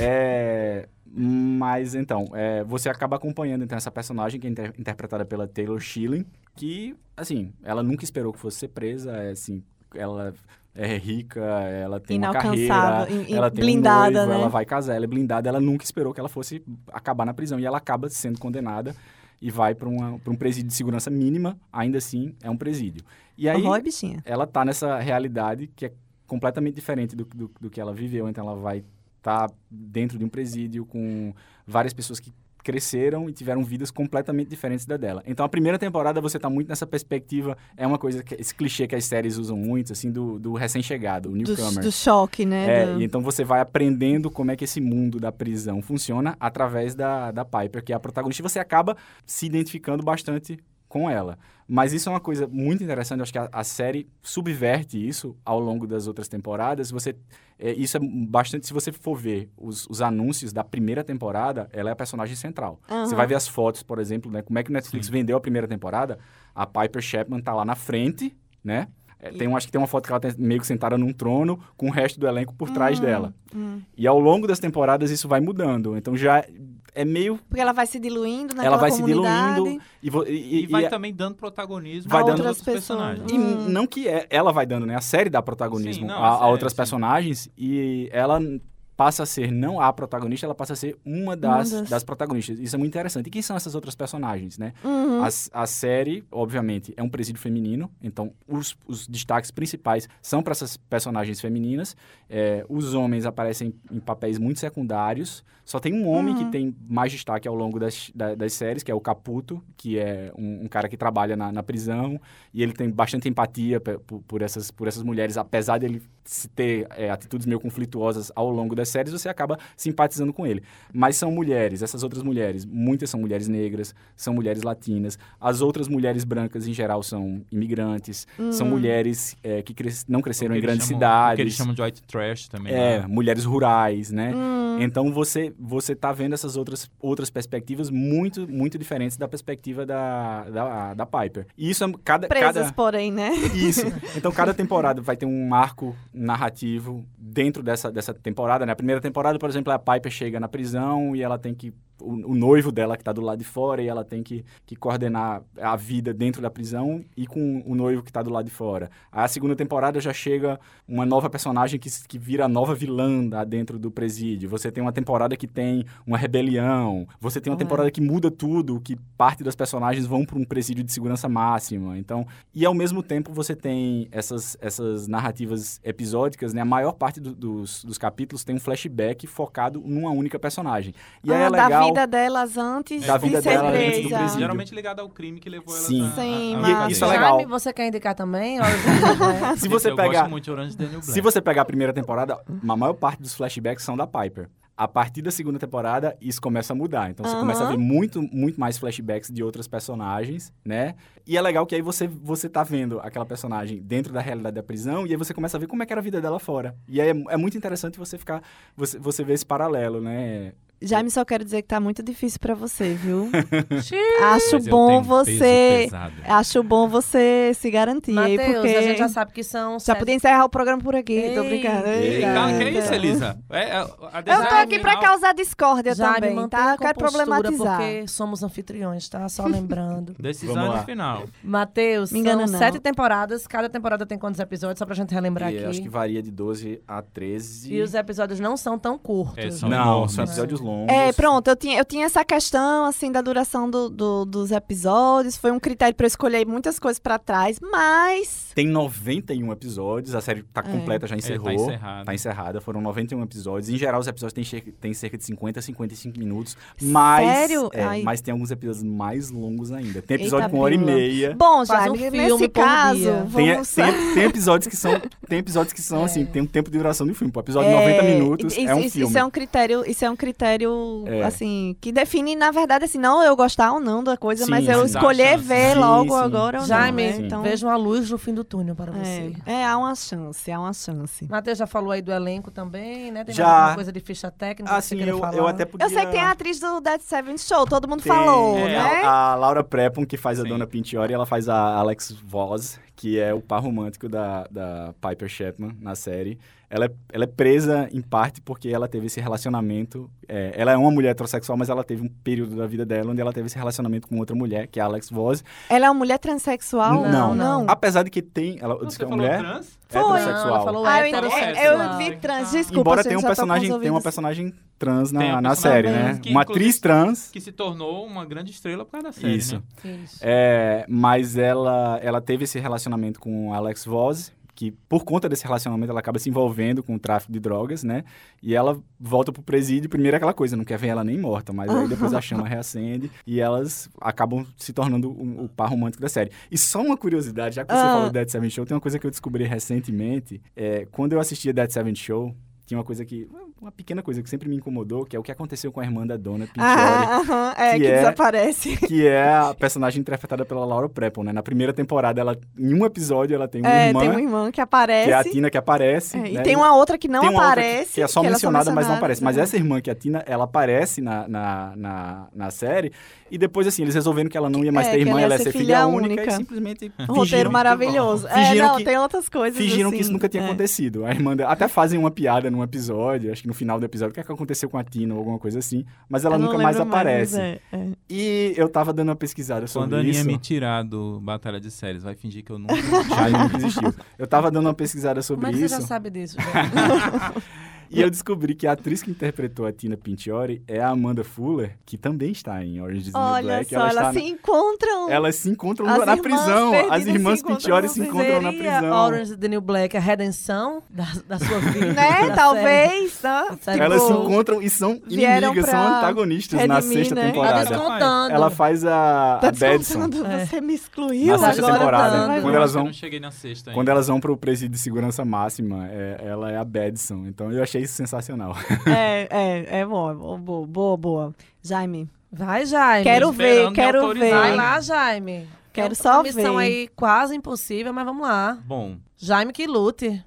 Speaker 4: É, mas então, é, você acaba acompanhando então essa personagem que é inter- interpretada pela Taylor Schilling, que assim, ela nunca esperou que fosse ser presa, é, assim, ela é rica, ela tem uma carreira,
Speaker 5: Inalcançável, in- in-
Speaker 4: ela tem um
Speaker 5: blindada,
Speaker 4: noivo,
Speaker 5: né?
Speaker 4: ela vai casar, ela é blindada, ela nunca esperou que ela fosse acabar na prisão e ela acaba sendo condenada e vai para um presídio de segurança mínima, ainda assim é um presídio. E aí
Speaker 5: Rói, bichinha.
Speaker 4: ela tá nessa realidade que é completamente diferente do, do, do que ela viveu. Então, ela vai estar dentro de um presídio com várias pessoas que cresceram e tiveram vidas completamente diferentes da dela. Então, a primeira temporada você tá muito nessa perspectiva, é uma coisa, que, esse clichê que as séries usam muito, assim, do, do recém-chegado, o
Speaker 5: Do,
Speaker 4: newcomer.
Speaker 5: do choque, né?
Speaker 4: É,
Speaker 5: Do-
Speaker 4: e então você vai aprendendo como é que esse mundo da prisão funciona através da, da Piper, que é a protagonista, e você acaba se identificando bastante com com ela. Mas isso é uma coisa muito interessante, eu acho que a, a série subverte isso ao longo das outras temporadas. Você, é, isso é bastante. Se você for ver os, os anúncios da primeira temporada, ela é a personagem central. Você
Speaker 5: Aham.
Speaker 4: vai ver as fotos, por exemplo, né? Como é que o Netflix vendeu a primeira temporada? A Piper Chapman tá lá na frente, né? É, Tem, um- acho que tem uma foto que ela tá meio que sentada num trono, com o resto do elenco por trás dela.
Speaker 5: hum.
Speaker 4: E ao longo das temporadas isso vai mudando. Então já é meio.
Speaker 5: Porque ela vai se diluindo naquela
Speaker 4: ela vai se
Speaker 5: comunidade.
Speaker 4: diluindo. E, vo- e-
Speaker 3: E,
Speaker 4: e- é-
Speaker 3: vai
Speaker 4: e-
Speaker 3: também dando protagonismo
Speaker 4: Vai
Speaker 3: a
Speaker 4: dando-
Speaker 3: outros
Speaker 5: outras pessoas.
Speaker 3: personagens.
Speaker 4: e
Speaker 5: Hum.
Speaker 4: não que é- ela vai dando, né? A série dá protagonismo
Speaker 3: Sim, não,
Speaker 4: a,
Speaker 3: a
Speaker 4: a
Speaker 3: série,
Speaker 4: outras
Speaker 3: sim.
Speaker 4: personagens e ela n- passa a ser não a protagonista, ela passa a ser uma das,
Speaker 5: das-
Speaker 4: das protagonistas. Isso é muito interessante. E quem são essas outras personagens, né?
Speaker 5: Uhum.
Speaker 4: A, s- a série, obviamente, é um presídio feminino, então os, os destaques principais são para essas personagens femininas. É, os homens aparecem em papéis muito secundários. Só tem um homem que tem mais destaque ao longo das, da- das séries, que é o Caputo, que é um, um cara que trabalha na, na prisão. E ele tem bastante empatia pe- por, por essas, por essas mulheres, apesar dele se ter é, atitudes meio conflituosas ao longo das séries, você acaba simpatizando com ele. Mas são mulheres, essas outras mulheres, muitas são mulheres negras, são mulheres latinas, as outras mulheres brancas em geral são imigrantes, são mulheres é, que cres- não cresceram
Speaker 3: O
Speaker 4: em
Speaker 3: que
Speaker 4: grandes
Speaker 3: eles chamam- o Que eles
Speaker 4: cidades,
Speaker 3: chamam de white trash também.
Speaker 4: é,
Speaker 3: né?
Speaker 4: mulheres rurais, né? Então você você tá vendo essas outras, outras perspectivas muito muito diferentes da perspectiva da, da, da Piper. E isso é cada
Speaker 5: Presas,
Speaker 4: cada
Speaker 5: porém, né?
Speaker 4: isso. Então, cada temporada vai ter um marco narrativo dentro dessa, dessa temporada, né? A primeira temporada, por exemplo, a Piper chega na prisão e ela tem que... O, o noivo dela que tá do lado de fora e ela tem que, que coordenar a vida dentro da prisão e com o noivo que tá do lado de fora. Aí, A segunda temporada já chega uma nova personagem que, s- que vira a nova vilã lá dentro do presídio. Você tem uma temporada que tem uma rebelião. Você tem uma
Speaker 5: Ué.
Speaker 4: temporada que muda tudo, que parte das personagens vão para um presídio de segurança máxima. Então, e ao mesmo tempo você tem essas, essas narrativas episódicas, né? A maior parte do- dos, dos capítulos tem um flashback focado numa única personagem. E aí
Speaker 5: Ah,
Speaker 4: é legal.
Speaker 5: Da vida delas antes
Speaker 4: Da
Speaker 5: de
Speaker 4: vida
Speaker 5: ser
Speaker 4: dela né?
Speaker 5: presa.
Speaker 4: antes do presídio.
Speaker 3: Geralmente ligado ao crime que levou ela
Speaker 4: Sim.
Speaker 3: a- a-
Speaker 5: é Sim,
Speaker 3: a- a-
Speaker 5: massa.
Speaker 3: a-
Speaker 4: Isso é legal.
Speaker 2: Jaime, você quer indicar também?
Speaker 4: [laughs]
Speaker 2: Olha,
Speaker 4: Se você
Speaker 3: eu
Speaker 4: pegar
Speaker 3: gosto muito de Orange Daniel Black.
Speaker 5: É.
Speaker 4: Se você pegar a primeira temporada, a maior parte dos flashbacks são da Piper. A partir da segunda temporada, isso começa a mudar. Então, você
Speaker 5: Aham.
Speaker 4: começa a ver muito, muito mais flashbacks de outras personagens, né? E é legal que aí você, você tá vendo aquela personagem dentro da realidade da prisão e aí você começa a ver como é que era a vida dela fora. E aí é, é muito interessante você ficar... Você, você ver esse paralelo, né?
Speaker 5: Jaime, só quero dizer que tá muito difícil pra
Speaker 4: [laughs]
Speaker 5: você, viu?
Speaker 2: né? Xiii.
Speaker 5: Acho
Speaker 3: Mas eu tenho
Speaker 5: bom
Speaker 3: um
Speaker 5: você. É
Speaker 3: peso pesado.
Speaker 5: Acho bom você se garantir, aí,
Speaker 2: Matheus,
Speaker 5: porque
Speaker 2: a gente já sabe que são
Speaker 5: já
Speaker 2: sete- Tá,
Speaker 5: podia encerrar o programa por aqui. Tô
Speaker 2: Ei.
Speaker 5: brincando.
Speaker 4: Ei,
Speaker 3: Calma, que é isso,
Speaker 5: Eita.
Speaker 3: Elisa? É, é, a
Speaker 5: Eu tô
Speaker 3: decisão
Speaker 5: aqui pra
Speaker 3: final.
Speaker 5: causar discórdia
Speaker 2: Jaime,
Speaker 5: também,
Speaker 2: mantém
Speaker 5: tá?
Speaker 2: a
Speaker 5: Eu quero
Speaker 2: compostura,
Speaker 5: problematizar.
Speaker 2: Porque somos anfitriões, tá? Só lembrando.
Speaker 5: [laughs]
Speaker 4: Vamos lá. É,
Speaker 3: Decisão final. tá
Speaker 2: Matheus,
Speaker 5: Me
Speaker 2: são
Speaker 5: engana não.
Speaker 2: sete temporadas. Cada temporada tem quantos episódios? Só pra gente relembrar
Speaker 4: E acho
Speaker 2: aqui.
Speaker 4: que varia de 12 a 13...
Speaker 2: E os episódios não são tão curtos.
Speaker 3: É, são-
Speaker 4: Não,
Speaker 3: enormes.
Speaker 4: são episódios longos.
Speaker 5: É, pronto, eu tinha, eu tinha essa questão, assim, da duração do- do- dos episódios. Foi um critério pra eu escolher muitas coisas pra trás, mas.
Speaker 4: Tem 91 episódios, a série tá
Speaker 5: É.
Speaker 4: completa, já encerrou.
Speaker 3: É, tá encerrado.
Speaker 4: Tá encerrada, foram 91 episódios. Em geral, os episódios têm cerca, têm cerca de 50 a 55 minutos. Mas,
Speaker 5: Sério?
Speaker 4: é,
Speaker 5: Ai.
Speaker 4: mas tem alguns episódios mais longos ainda. Tem episódio
Speaker 5: Eita,
Speaker 4: com uma hora e
Speaker 5: Bila.
Speaker 4: meia.
Speaker 5: Bom,
Speaker 2: Faz
Speaker 5: Jaime,
Speaker 2: um filme por
Speaker 5: nesse caso,
Speaker 2: dia.
Speaker 5: vamos.
Speaker 4: É.
Speaker 5: É.
Speaker 4: Tem, tem, tem episódios que
Speaker 5: [laughs]
Speaker 4: são. Tem episódios que são assim, tem um tempo de duração de filme. Pô, episódio de 90 minutos
Speaker 5: isso,
Speaker 4: é um
Speaker 5: isso-
Speaker 4: filme.
Speaker 5: Isso é um critério, isso é um critério
Speaker 4: É.
Speaker 5: assim, que define, na verdade, assim, não eu gostar ou não da coisa,
Speaker 4: Sim,
Speaker 5: mas eu
Speaker 4: sim.
Speaker 3: Dá
Speaker 5: escolher
Speaker 3: chance.
Speaker 5: ver
Speaker 4: Sim,
Speaker 5: logo
Speaker 4: sim.
Speaker 5: agora ou
Speaker 2: Jaime,
Speaker 5: não. Né? Então,
Speaker 2: vejo uma luz no fim do túnel para você.
Speaker 5: é, é, há uma chance, há uma chance.
Speaker 2: Matheus já falou aí do elenco também, né? Tem
Speaker 4: Já.
Speaker 2: mais alguma coisa de ficha técnica que você
Speaker 4: Assim,
Speaker 2: queira
Speaker 4: eu,
Speaker 2: falar?
Speaker 4: eu até podia.
Speaker 5: Eu sei que tem a atriz do Dead Seven Show, todo mundo
Speaker 4: Tem,
Speaker 5: falou,
Speaker 4: é,
Speaker 5: né?
Speaker 4: A, a Laura Prepon, que faz a
Speaker 3: Sim.
Speaker 4: Dona Pintiori, ela faz a Alex Voss, que é o par romântico da, da Piper Chapman na série. Ela é, ela é presa, em parte, porque ela teve esse relacionamento. é, ela é uma mulher heterossexual, mas ela teve um período da vida dela onde ela teve esse relacionamento com outra mulher, que é a Alex Voss.
Speaker 5: Ela é uma mulher transexual?
Speaker 4: Não,
Speaker 5: não.
Speaker 4: Apesar de que tem. Ela, eu disse
Speaker 3: Você
Speaker 4: que é uma
Speaker 3: falou
Speaker 4: mulher
Speaker 3: trans?
Speaker 2: Foi. Não, ela
Speaker 4: heterossexual.
Speaker 2: falou
Speaker 5: Ah, eu,
Speaker 2: hétero,
Speaker 5: entendi,
Speaker 2: sexual.
Speaker 5: eu vi trans,
Speaker 3: Ah.
Speaker 5: desculpa,
Speaker 4: Embora
Speaker 5: gente,
Speaker 4: tenha um
Speaker 5: já tô com os
Speaker 4: personagem, tem uma
Speaker 5: ouvidos-
Speaker 4: personagem trans
Speaker 3: Tem
Speaker 4: na,
Speaker 3: uma
Speaker 4: na série,
Speaker 3: personagem
Speaker 4: né?
Speaker 3: que,
Speaker 4: uma
Speaker 3: inclusive,
Speaker 4: atriz trans.
Speaker 3: Que se tornou uma grande estrela por causa da série,
Speaker 4: Isso.
Speaker 3: né?
Speaker 2: Isso.
Speaker 4: É, mas ela, ela teve esse relacionamento com o Alex Voss, que por conta desse relacionamento ela acaba se envolvendo com o tráfico de drogas, né? E ela volta pro presídio, primeiro é aquela coisa, não quer ver ela nem morta, mas aí depois a
Speaker 5: [laughs]
Speaker 4: chama reacende e elas acabam se tornando o, o par romântico da série. E só uma curiosidade, já que você
Speaker 5: Ah.
Speaker 4: falou Dead Seven Show, tem uma coisa que eu descobri recentemente, é, quando eu assistia Dead Seven Show, tinha uma coisa que uma pequena coisa que sempre me incomodou, que é o que aconteceu com a irmã da Dona Pink
Speaker 5: Ah, aham, é,
Speaker 4: que
Speaker 5: que,
Speaker 4: é-
Speaker 5: desaparece.
Speaker 4: que é a personagem interpretada pela Laura Prepon, né? Na primeira temporada, ela, em um episódio, ela tem uma
Speaker 5: é,
Speaker 4: irmã,
Speaker 5: tem uma irmã que
Speaker 4: que é a
Speaker 5: aparece.
Speaker 4: Tina que aparece.
Speaker 5: é,
Speaker 4: né?
Speaker 5: E tem uma outra que não
Speaker 4: Tem uma outra
Speaker 5: aparece.
Speaker 4: que, que é só
Speaker 5: ela
Speaker 4: mencionada, mas não
Speaker 5: mencionada,
Speaker 4: aparece. Mas
Speaker 5: né?
Speaker 4: essa irmã que é a Tina, ela aparece na, na, na, na série. E depois, assim, eles resolveram que ela não ia mais
Speaker 5: É,
Speaker 4: ter
Speaker 5: que
Speaker 4: irmã,
Speaker 5: ela
Speaker 4: ela,
Speaker 5: ia
Speaker 4: ia ser filha, única. E simplesmente
Speaker 5: Um
Speaker 4: fingiram
Speaker 5: roteiro
Speaker 4: que-
Speaker 5: maravilhoso. É,
Speaker 4: Fingiram
Speaker 5: não,
Speaker 4: que-
Speaker 5: tem outras coisas.
Speaker 4: Fingiram que
Speaker 5: assim,
Speaker 4: isso nunca tinha
Speaker 5: é.
Speaker 4: acontecido. A irmã dela- até fazem uma piada num episódio, acho que no final do episódio, o que, é que aconteceu com a Tina ou alguma coisa assim, mas ela
Speaker 5: Eu não
Speaker 4: nunca mais
Speaker 5: lembro mas
Speaker 4: aparece.
Speaker 5: é, é.
Speaker 4: E eu tava dando uma pesquisada sobre
Speaker 3: Quando a Aninha
Speaker 4: isso.
Speaker 3: me tirar do Batalha de Séries, vai fingir que eu
Speaker 4: [laughs]
Speaker 3: nunca.
Speaker 4: Já não existiu. Eu tava dando uma pesquisada sobre
Speaker 2: Como é que
Speaker 4: isso.
Speaker 2: você já sabe
Speaker 4: [laughs]
Speaker 2: disso, gente?
Speaker 4: E eu descobri que a atriz que interpretou a Tina Pintiori é a Amanda Fuller, que também está em Orange is the New
Speaker 5: Olha
Speaker 4: Black.
Speaker 5: só, elas
Speaker 4: está
Speaker 5: se
Speaker 4: na-
Speaker 5: encontram.
Speaker 4: Elas se encontram
Speaker 5: As
Speaker 4: na
Speaker 5: irmãs
Speaker 4: prisão. As
Speaker 5: perdidas
Speaker 4: irmãs
Speaker 5: se encontram
Speaker 4: Pintiori
Speaker 5: na
Speaker 4: se encontram na
Speaker 2: Seria
Speaker 4: prisão.
Speaker 2: Orange is the New Black a redenção da, da
Speaker 5: [laughs]
Speaker 2: sua vida? Tá
Speaker 5: Né?
Speaker 2: da série?
Speaker 5: Talvez. Né?
Speaker 2: Série
Speaker 4: Elas se
Speaker 2: boa.
Speaker 4: encontram e são
Speaker 5: vieram
Speaker 4: inimigas, são
Speaker 5: pra
Speaker 4: antagonistas na
Speaker 5: redimir,
Speaker 4: sexta
Speaker 5: né?
Speaker 2: Tá
Speaker 4: temporada.
Speaker 2: descontando.
Speaker 4: Ela faz a,
Speaker 5: Tá
Speaker 4: a Badson.
Speaker 5: descontando,
Speaker 2: É.
Speaker 5: Você me excluiu
Speaker 4: Na
Speaker 2: Isso,
Speaker 4: sexta
Speaker 5: agora.
Speaker 4: temporada,
Speaker 5: tá?
Speaker 2: dando.
Speaker 4: quando elas
Speaker 3: Eu
Speaker 4: vão
Speaker 3: não cheguei na sexta
Speaker 4: Quando
Speaker 3: ainda.
Speaker 4: elas vão pro presídio de segurança máxima, é- ela é a Badson. Então eu achei isso sensacional.
Speaker 5: É, é, é bom, é bom, boa, boa, boa. Jaime,
Speaker 2: Vai, Jaime.
Speaker 5: quero ver,
Speaker 3: esperando me
Speaker 5: quero
Speaker 3: autorizar.
Speaker 5: ver.
Speaker 2: Vai lá, Jaime.
Speaker 5: Quero
Speaker 2: É
Speaker 5: só
Speaker 2: uma missão
Speaker 5: ver.
Speaker 2: aí quase impossível, mas vamos lá.
Speaker 3: Bom,
Speaker 2: Jaime que lute.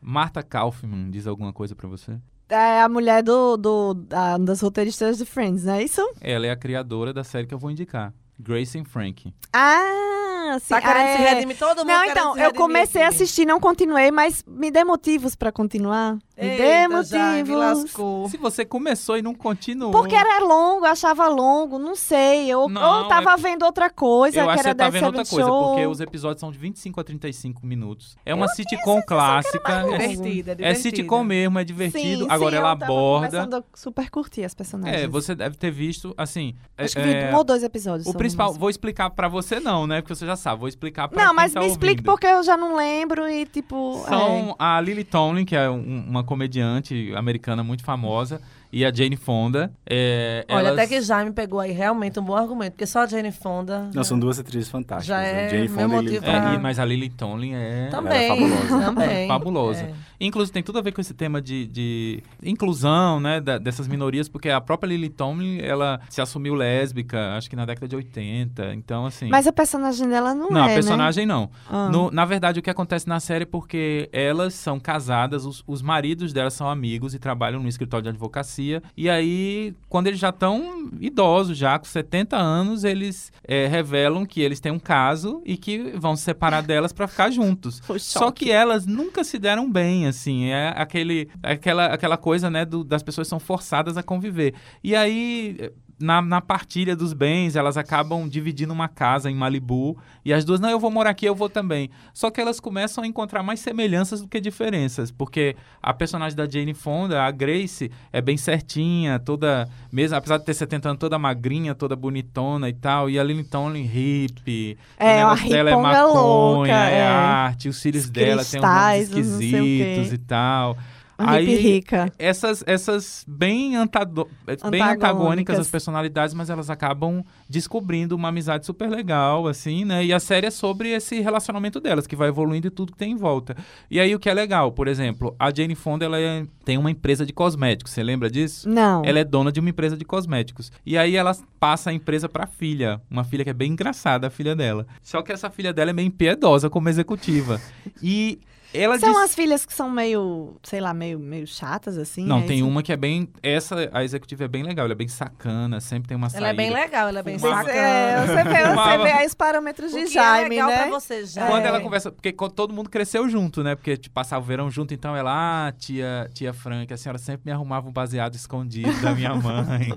Speaker 3: Marta Kaufman diz alguma coisa pra você?
Speaker 5: É a mulher do, do, da- das roteiristas de Friends, não é isso?
Speaker 3: Ela é a criadora da série que eu vou indicar. Grace and Frank.
Speaker 5: Ah, sim.
Speaker 2: Tá querendo
Speaker 5: ah,
Speaker 2: se
Speaker 5: é.
Speaker 2: redimir todo mundo?
Speaker 5: Não,
Speaker 2: querendo
Speaker 5: então,
Speaker 2: se
Speaker 5: eu
Speaker 2: redimir,
Speaker 5: comecei a
Speaker 2: filho.
Speaker 5: assistir, não continuei, mas me dê motivos pra continuar. Me dê
Speaker 2: Eita, Jaime,
Speaker 5: motivos.
Speaker 2: lascou.
Speaker 3: Se você começou e não continuou.
Speaker 5: Porque era longo, eu achava longo, não sei. Eu,
Speaker 3: Não, é
Speaker 5: ou tava vendo outra coisa,
Speaker 3: eu
Speaker 5: que
Speaker 3: acho que
Speaker 5: era
Speaker 3: você tá
Speaker 5: Dead
Speaker 3: vendo outra
Speaker 5: Seventh
Speaker 3: coisa,
Speaker 5: Show.
Speaker 3: porque os episódios são de 25 a 35 minutos. É uma sitcom clássica.
Speaker 2: É
Speaker 3: É,
Speaker 2: divertida, é divertida.
Speaker 3: é sitcom mesmo, é divertido.
Speaker 5: um Sim,
Speaker 3: Agora
Speaker 5: sim,
Speaker 3: ela
Speaker 5: eu tava
Speaker 3: aborda.
Speaker 5: começando a super curtir as personagens.
Speaker 3: É, você deve ter visto, assim. é-
Speaker 5: Acho que vi
Speaker 3: é,
Speaker 5: um ou dois episódios.
Speaker 3: o
Speaker 5: sobre
Speaker 3: principal,
Speaker 5: isso.
Speaker 3: vou explicar pra você não, né? Porque você já sabe, vou explicar pra
Speaker 5: Não,
Speaker 3: quem
Speaker 5: mas
Speaker 3: tá
Speaker 5: me um explique
Speaker 3: ouvindo.
Speaker 5: porque eu já não lembro e, tipo.
Speaker 3: São a Lily Tomlin, que é um- uma comediante americana muito famosa, e a Jane Fonda. É,
Speaker 2: Olha,
Speaker 3: elas-
Speaker 2: até que Jaime pegou aí realmente um bom argumento, porque só a Jane Fonda.
Speaker 4: Não, são duas atrizes fantásticas.
Speaker 2: Já
Speaker 4: né?
Speaker 2: é
Speaker 4: Jane
Speaker 2: meu
Speaker 4: Fonda e
Speaker 2: motivo
Speaker 4: Lily
Speaker 2: pra-
Speaker 5: tá.
Speaker 4: Tomlin.
Speaker 3: É, e- mas a Lily Tomlin é
Speaker 2: Também.
Speaker 4: Ela é fabulosa.
Speaker 2: [laughs] Também.
Speaker 3: fabulosa.
Speaker 2: É.
Speaker 3: Inclusive, tem tudo a ver com esse tema de, de inclusão, né, da- dessas minorias, porque a própria Lily Tomlin, ela se assumiu lésbica, acho que na década de 80, então, assim...
Speaker 5: Mas a personagem dela não,
Speaker 3: não,
Speaker 5: é.
Speaker 3: a personagem não.
Speaker 5: Né? Ah.
Speaker 3: No- na verdade, o que acontece na série é porque elas são casadas, os, os maridos delas são amigos e trabalham no escritório de advocacia. E aí, quando eles já estão idosos, já com 70 anos, eles eh, revelam que eles têm um caso e que vão se separar delas para ficar juntos.
Speaker 5: O
Speaker 3: Só que elas nunca se deram bem, assim. É aquele, aquela, aquela coisa, né, do- das pessoas são forçadas a conviver. E aí, na, na partilha dos bens, elas acabam dividindo uma casa em Malibu. E as duas, não, eu vou morar aqui, eu vou também. Só que elas começam a encontrar mais semelhanças do que diferenças. Porque a personagem da Jane Fonda, a Grace, é bem certinha, toda... Mesmo, apesar de ter 70 anos, toda magrinha, toda bonitona e tal. E a Lily Tomlin, hippie.
Speaker 5: É,
Speaker 3: o
Speaker 5: a
Speaker 3: negócio dela é
Speaker 5: riponga
Speaker 3: maconha,
Speaker 5: louca,
Speaker 3: é,
Speaker 5: é.
Speaker 3: arte, os cílios
Speaker 5: Os
Speaker 3: dela têm uns nomes
Speaker 5: cristais, os não sei o
Speaker 3: esquisitos
Speaker 5: quê.
Speaker 3: e tal.
Speaker 5: Hippie é rica.
Speaker 3: Essas, essas bem, antado- bem
Speaker 5: Antagônicas.
Speaker 3: antagônicas as personalidades, mas elas acabam descobrindo uma amizade super legal, assim, né? E a série é sobre esse relacionamento delas, que vai evoluindo e tudo que tem em volta. E aí o que é legal, por exemplo, a Jane Fonda ela é- tem uma empresa de cosméticos, você lembra disso?
Speaker 5: Não.
Speaker 3: Ela é dona de uma empresa de cosméticos. E aí ela passa a empresa pra filha, uma filha que é bem engraçada, a filha dela. Só que essa filha dela é meio impiedosa como executiva. E ela
Speaker 5: São
Speaker 3: diz-
Speaker 5: as filhas que são meio, sei lá, meio, meio chatas, assim?
Speaker 3: Não,
Speaker 5: é
Speaker 3: tem
Speaker 5: isso?
Speaker 3: uma que é bem. Essa, a executiva é bem legal, ela é bem sacana, sempre tem uma saída.
Speaker 2: Ela é bem legal, ela é bem
Speaker 3: Fumava.
Speaker 2: sacana.
Speaker 3: [laughs]
Speaker 5: É, você vê, você
Speaker 3: Fumava.
Speaker 5: vê aí os parâmetros
Speaker 2: O
Speaker 5: de
Speaker 2: que é
Speaker 5: Jaime,
Speaker 2: legal
Speaker 5: né?
Speaker 2: pra você, Jaime?
Speaker 3: Quando ela
Speaker 2: É.
Speaker 3: conversa, porque co- todo mundo cresceu junto, né? Porque tipo, passava o verão junto, então ela, ah, tia, tia Frank, a senhora sempre me arrumava um baseado escondido da minha mãe.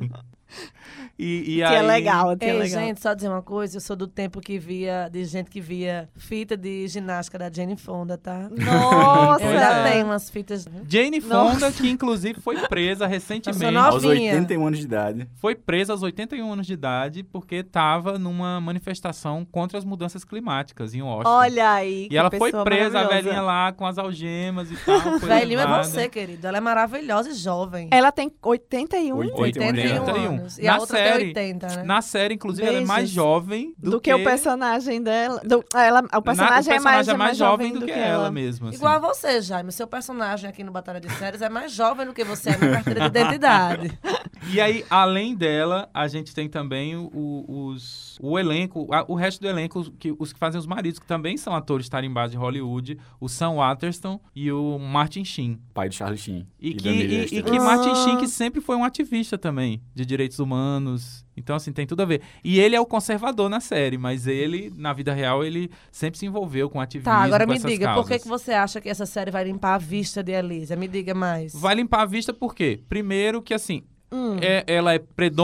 Speaker 3: E, e
Speaker 5: que
Speaker 3: aí,
Speaker 5: é legal, que é
Speaker 2: Ei,
Speaker 5: legal.
Speaker 2: gente, só dizer uma coisa, eu sou do tempo que via, de gente que via fita de ginástica da Jane Fonda, tá?
Speaker 5: [laughs] Nossa!
Speaker 2: Eu ainda
Speaker 3: é.
Speaker 2: tenho umas fitas.
Speaker 3: Jane
Speaker 5: Nossa.
Speaker 3: Fonda, que inclusive foi presa recentemente.
Speaker 2: Nossa,
Speaker 4: É, Aos
Speaker 2: novinha.
Speaker 4: 81 anos de idade.
Speaker 3: Foi presa aos 81 anos de idade porque estava numa manifestação contra as mudanças climáticas em Washington.
Speaker 5: Olha aí.
Speaker 3: E ela
Speaker 5: que
Speaker 3: foi
Speaker 5: pessoa
Speaker 3: presa, a
Speaker 5: maravilhosa.
Speaker 3: velhinha lá, com as algemas e tal. foi
Speaker 2: Velhinho é
Speaker 3: levada.
Speaker 2: você, querido. Ela é maravilhosa e jovem.
Speaker 5: Ela tem 81?
Speaker 4: 81
Speaker 2: 81
Speaker 3: 81 anos.
Speaker 2: anos. E um.
Speaker 3: Na
Speaker 2: a outra
Speaker 3: série.
Speaker 2: 80, né?
Speaker 3: Na série, inclusive, ela é
Speaker 5: Beijos.
Speaker 3: mais jovem do,
Speaker 5: Do, que, o personagem dela. do- ela, o
Speaker 3: Na-
Speaker 5: personagem, é, mais,
Speaker 3: jovem do que, ela mesma. assim.
Speaker 2: Igual a você, Jaime. Seu personagem aqui no Batalha de Séries é mais jovem do que você é na carteira de identidade.
Speaker 3: E aí, além dela, a gente tem também o, o- os, o elenco, a- o resto do elenco, os que, os que fazem os maridos, que também são atores tarimbados de Hollywood, o Sam Waterston e o Martin Sheen.
Speaker 4: Pai do Charlie Sheen.
Speaker 3: E, que,
Speaker 4: da Emília
Speaker 3: e- e
Speaker 4: Estevez.
Speaker 3: que Martin
Speaker 5: Ah.
Speaker 3: Sheen, que sempre foi um ativista também, de direitos humanos. Então, assim, tem tudo a ver. E ele é o conservador na série, mas ele, na vida real, ele sempre se envolveu com ativismo,
Speaker 2: Tá, agora
Speaker 3: com
Speaker 2: me
Speaker 3: essas
Speaker 2: diga, por que,
Speaker 3: causas.
Speaker 2: que você acha que essa série vai limpar a vista de Elisa? Me diga mais.
Speaker 3: Vai limpar a vista por quê? Primeiro que, assim,
Speaker 5: Hum.
Speaker 3: é- ela é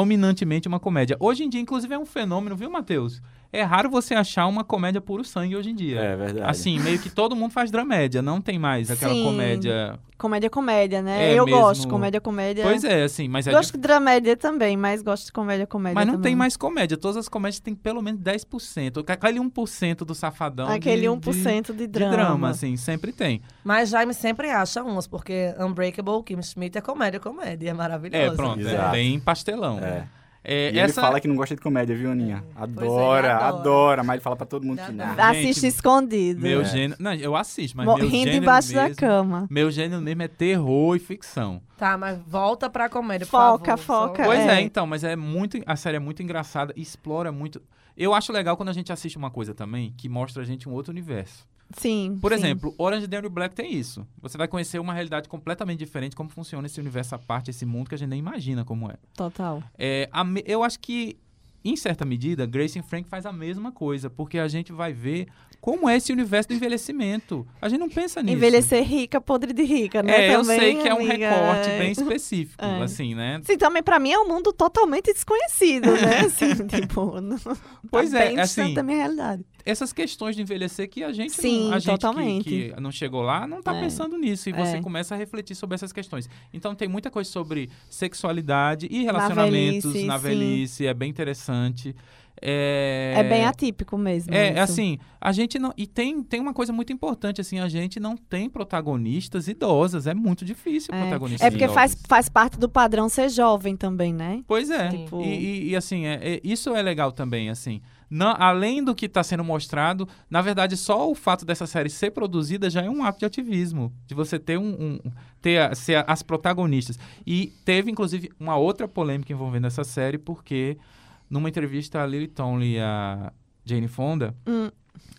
Speaker 3: predominantemente uma comédia. Hoje em dia, inclusive, é um fenômeno, viu, Matheus? É raro você achar uma comédia puro sangue hoje em dia.
Speaker 4: É verdade.
Speaker 3: Assim, meio que todo mundo faz dramédia, não tem mais aquela
Speaker 5: Sim.
Speaker 3: comédia.
Speaker 5: Comédia, comédia, né?
Speaker 3: É
Speaker 5: eu
Speaker 3: mesmo.
Speaker 5: gosto, comédia, comédia.
Speaker 3: Pois é, assim, mas é
Speaker 5: gosto
Speaker 3: dif-
Speaker 5: de dramédia também, mas gosto de comédia, comédia.
Speaker 3: Mas não
Speaker 5: também.
Speaker 3: tem mais comédia. Todas as comédias têm pelo menos 10%. Aquele 1% do safadão. de-
Speaker 5: Aquele
Speaker 3: de,
Speaker 5: 1% de,
Speaker 3: de
Speaker 5: drama.
Speaker 3: drama. assim, sempre tem.
Speaker 2: Mas Jaime sempre acha umas, porque Unbreakable, Kim Schmidt é comédia, comédia. É maravilhosa.
Speaker 3: É, pronto.
Speaker 4: Exato.
Speaker 3: É bem pastelão.
Speaker 4: É.
Speaker 3: É,
Speaker 4: E
Speaker 3: essa...
Speaker 4: ele fala que não gosta de comédia, viu, Aninha?
Speaker 2: ele
Speaker 4: Adora,
Speaker 2: adora.
Speaker 4: é, adora, mas ele fala pra todo mundo que
Speaker 2: Adora.
Speaker 4: não.
Speaker 5: Assiste
Speaker 3: Gente,
Speaker 5: escondido.
Speaker 3: Meu
Speaker 4: É.
Speaker 3: gênero. Não, eu assisto, mas meu
Speaker 5: Morrendo
Speaker 3: gênero.
Speaker 5: embaixo da
Speaker 3: mesmo-
Speaker 5: cama.
Speaker 3: Meu gênero mesmo é terror e ficção.
Speaker 2: Tá, mas volta pra comédia, por
Speaker 5: Foca,
Speaker 2: favor.
Speaker 5: foca.
Speaker 3: Pois é.
Speaker 5: É.
Speaker 3: então, mas é muito. A série é muito engraçada, explora muito. Eu acho legal quando a gente assiste uma coisa também que mostra a gente um outro universo.
Speaker 5: Sim.
Speaker 3: Por
Speaker 5: sim.
Speaker 3: exemplo, Orange is the New Black tem isso. Você vai conhecer uma realidade completamente diferente, como funciona esse universo à parte, esse mundo que a gente nem imagina como é.
Speaker 5: Total.
Speaker 3: É, a me- eu acho que, em certa medida, Grace e Frank faz a mesma coisa, porque a gente vai ver como é esse universo do envelhecimento. A gente não pensa é nisso.
Speaker 5: Envelhecer rica, podre de rica, né?
Speaker 3: É, eu
Speaker 5: Também,
Speaker 3: sei que é um
Speaker 5: amiga.
Speaker 3: recorte bem específico,
Speaker 5: [laughs] É.
Speaker 3: assim, né?
Speaker 5: Sim, também pra mim é um mundo totalmente
Speaker 3: [laughs]
Speaker 5: desconhecido, né? Assim, tipo, não,
Speaker 3: Pois
Speaker 5: tá
Speaker 3: é,
Speaker 5: bem
Speaker 3: assim-
Speaker 5: distante da minha realidade.
Speaker 3: Essas questões de envelhecer que a gente,
Speaker 5: Sim,
Speaker 3: não, a gente que-
Speaker 5: totalmente.
Speaker 3: Que, não chegou lá não tá
Speaker 5: É.
Speaker 3: pensando nisso. E você
Speaker 5: É.
Speaker 3: começa a refletir sobre essas questões. Então tem muita coisa sobre sexualidade e relacionamentos na velhice,
Speaker 5: velhice, sim.
Speaker 3: é bem interessante. É,
Speaker 5: É, bem atípico mesmo.
Speaker 3: É,
Speaker 5: isso.
Speaker 3: é assim, a gente não. E tem, tem uma coisa muito importante, assim, a gente não tem protagonistas idosas. É muito difícil
Speaker 5: É.
Speaker 3: protagonistas
Speaker 5: É porque
Speaker 3: idosas.
Speaker 5: faz, faz parte do padrão ser jovem também, né?
Speaker 3: Pois é.
Speaker 5: Sim. Tipo-
Speaker 3: E, e- e, assim, é- é- isso é legal também, assim. Não, além do que está sendo mostrado, na verdade, só o fato dessa série ser produzida já é um ato de ativismo. De você ter um. um- ter a- ser a- as protagonistas. E teve, inclusive, uma outra polêmica envolvendo essa série, porque numa entrevista a Lily Tomlin e a Jane Fonda,
Speaker 5: Hum.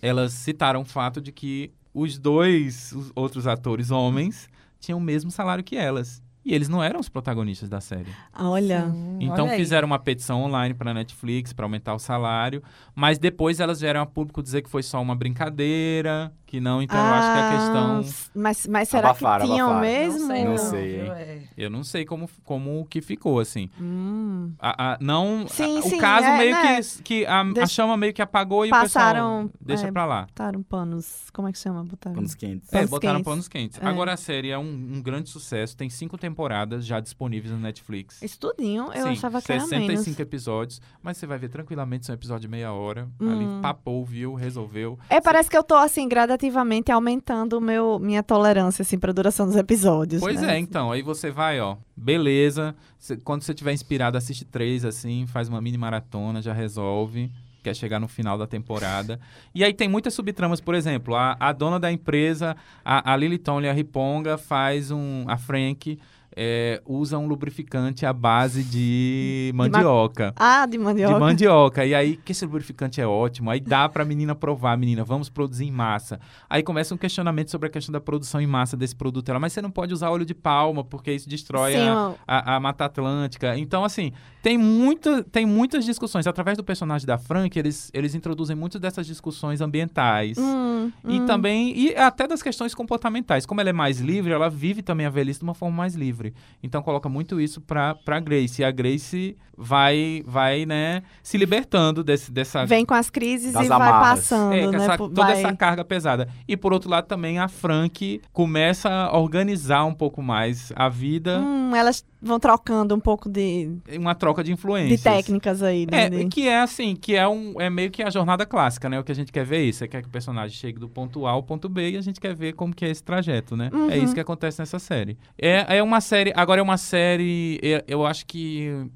Speaker 3: elas citaram o fato de que os dois os outros atores homens tinham o mesmo salário que elas. E eles não eram os protagonistas da série.
Speaker 5: Ah, Olha.
Speaker 2: Sim,
Speaker 3: Então
Speaker 2: olha aí.
Speaker 3: fizeram uma petição online para Netflix para aumentar o salário, mas depois elas vieram a público dizer que foi só uma brincadeira, que não, então eu acho que a
Speaker 5: Ah,
Speaker 3: questão,
Speaker 5: s- Mas, mas será
Speaker 4: Abafaram,
Speaker 5: que tinham
Speaker 4: abafaram.
Speaker 5: mesmo?
Speaker 2: Não sei,
Speaker 4: Não
Speaker 2: não,
Speaker 4: sei,
Speaker 2: viu,
Speaker 4: hein.
Speaker 2: é.
Speaker 3: eu não sei como como que ficou assim.
Speaker 5: Hum.
Speaker 3: A- a- não,
Speaker 5: Sim,
Speaker 3: a- o
Speaker 5: sim,
Speaker 3: caso
Speaker 5: é,
Speaker 3: meio
Speaker 5: né?
Speaker 3: que que a, a
Speaker 5: Deixa-
Speaker 3: chama meio que apagou e o
Speaker 5: Passaram,
Speaker 3: pessoal deixa
Speaker 5: é,
Speaker 3: pra lá.
Speaker 5: Botaram panos. Como é que chama? Botaram.
Speaker 4: Panos quentes.
Speaker 3: É,
Speaker 5: panos
Speaker 3: botaram
Speaker 5: quentes.
Speaker 3: panos quentes.
Speaker 5: É.
Speaker 3: Agora a série é um, um grande sucesso, tem cinco temporadas já disponíveis na Netflix.
Speaker 5: Estudinho, eu
Speaker 3: Sim,
Speaker 5: achava que era menos.
Speaker 3: 65 episódios, mas você vai ver tranquilamente, são episódio de meia hora.
Speaker 5: Hum.
Speaker 3: Ali papou, viu, resolveu.
Speaker 5: É, parece que eu tô, assim, gradativamente aumentando o meu, minha tolerância, assim, pra duração dos episódios. né?
Speaker 3: Pois é, então, aí você vai, ó, beleza. Cê- quando você tiver inspirado, assiste três, assim, faz uma mini maratona, já resolve. Quer chegar no final da temporada. E aí tem muitas subtramas, por exemplo, a, a dona da empresa, a, a Lily Tomlin, a Riponga, faz um. A Frank é, usa um lubrificante à base de mandioca.
Speaker 5: Ah, de
Speaker 3: De
Speaker 5: mandioca.
Speaker 3: mandioca. E aí, que esse lubrificante é ótimo. Aí dá pra menina provar, menina, vamos produzir em massa. Aí começa um questionamento sobre a questão da produção em massa desse produto. Ela, mas você não pode usar óleo de palma, porque isso destrói
Speaker 5: Sim,
Speaker 3: a,
Speaker 5: ó,
Speaker 3: a, a Mata Atlântica. Então, assim, tem, muita, tem muitas discussões. Através do personagem da Frank, eles, eles introduzem muitas dessas discussões ambientais.
Speaker 5: hum,
Speaker 3: E
Speaker 5: hum.
Speaker 3: também, e até das questões comportamentais. Como ela é mais livre, ela vive também a velhice de uma forma mais livre. Então coloca muito isso pra, pra Grace. E a Grace vai, vai né, se libertando desse, dessa.
Speaker 5: Vem com as crises
Speaker 4: Das
Speaker 5: e vai
Speaker 4: amarras.
Speaker 5: passando,
Speaker 3: é, com
Speaker 5: né?
Speaker 3: essa-
Speaker 5: Pô,
Speaker 3: toda
Speaker 5: vai-
Speaker 3: essa carga pesada. E por outro lado, também a Frank começa a organizar um pouco mais a vida,
Speaker 5: Hum, elas vão trocando um pouco de,
Speaker 3: uma troca de
Speaker 5: de
Speaker 3: influências.
Speaker 5: técnicas aí, né?
Speaker 3: É,
Speaker 5: de-
Speaker 3: que é assim, que é um é meio que a jornada clássica, né? O que a gente quer ver é isso, é que o personagem chegue do ponto A ao ponto B e a gente quer ver como que é esse trajeto, né?
Speaker 5: Uhum.
Speaker 3: É isso que acontece nessa série. É, é uma série, agora é uma série, é- eu acho que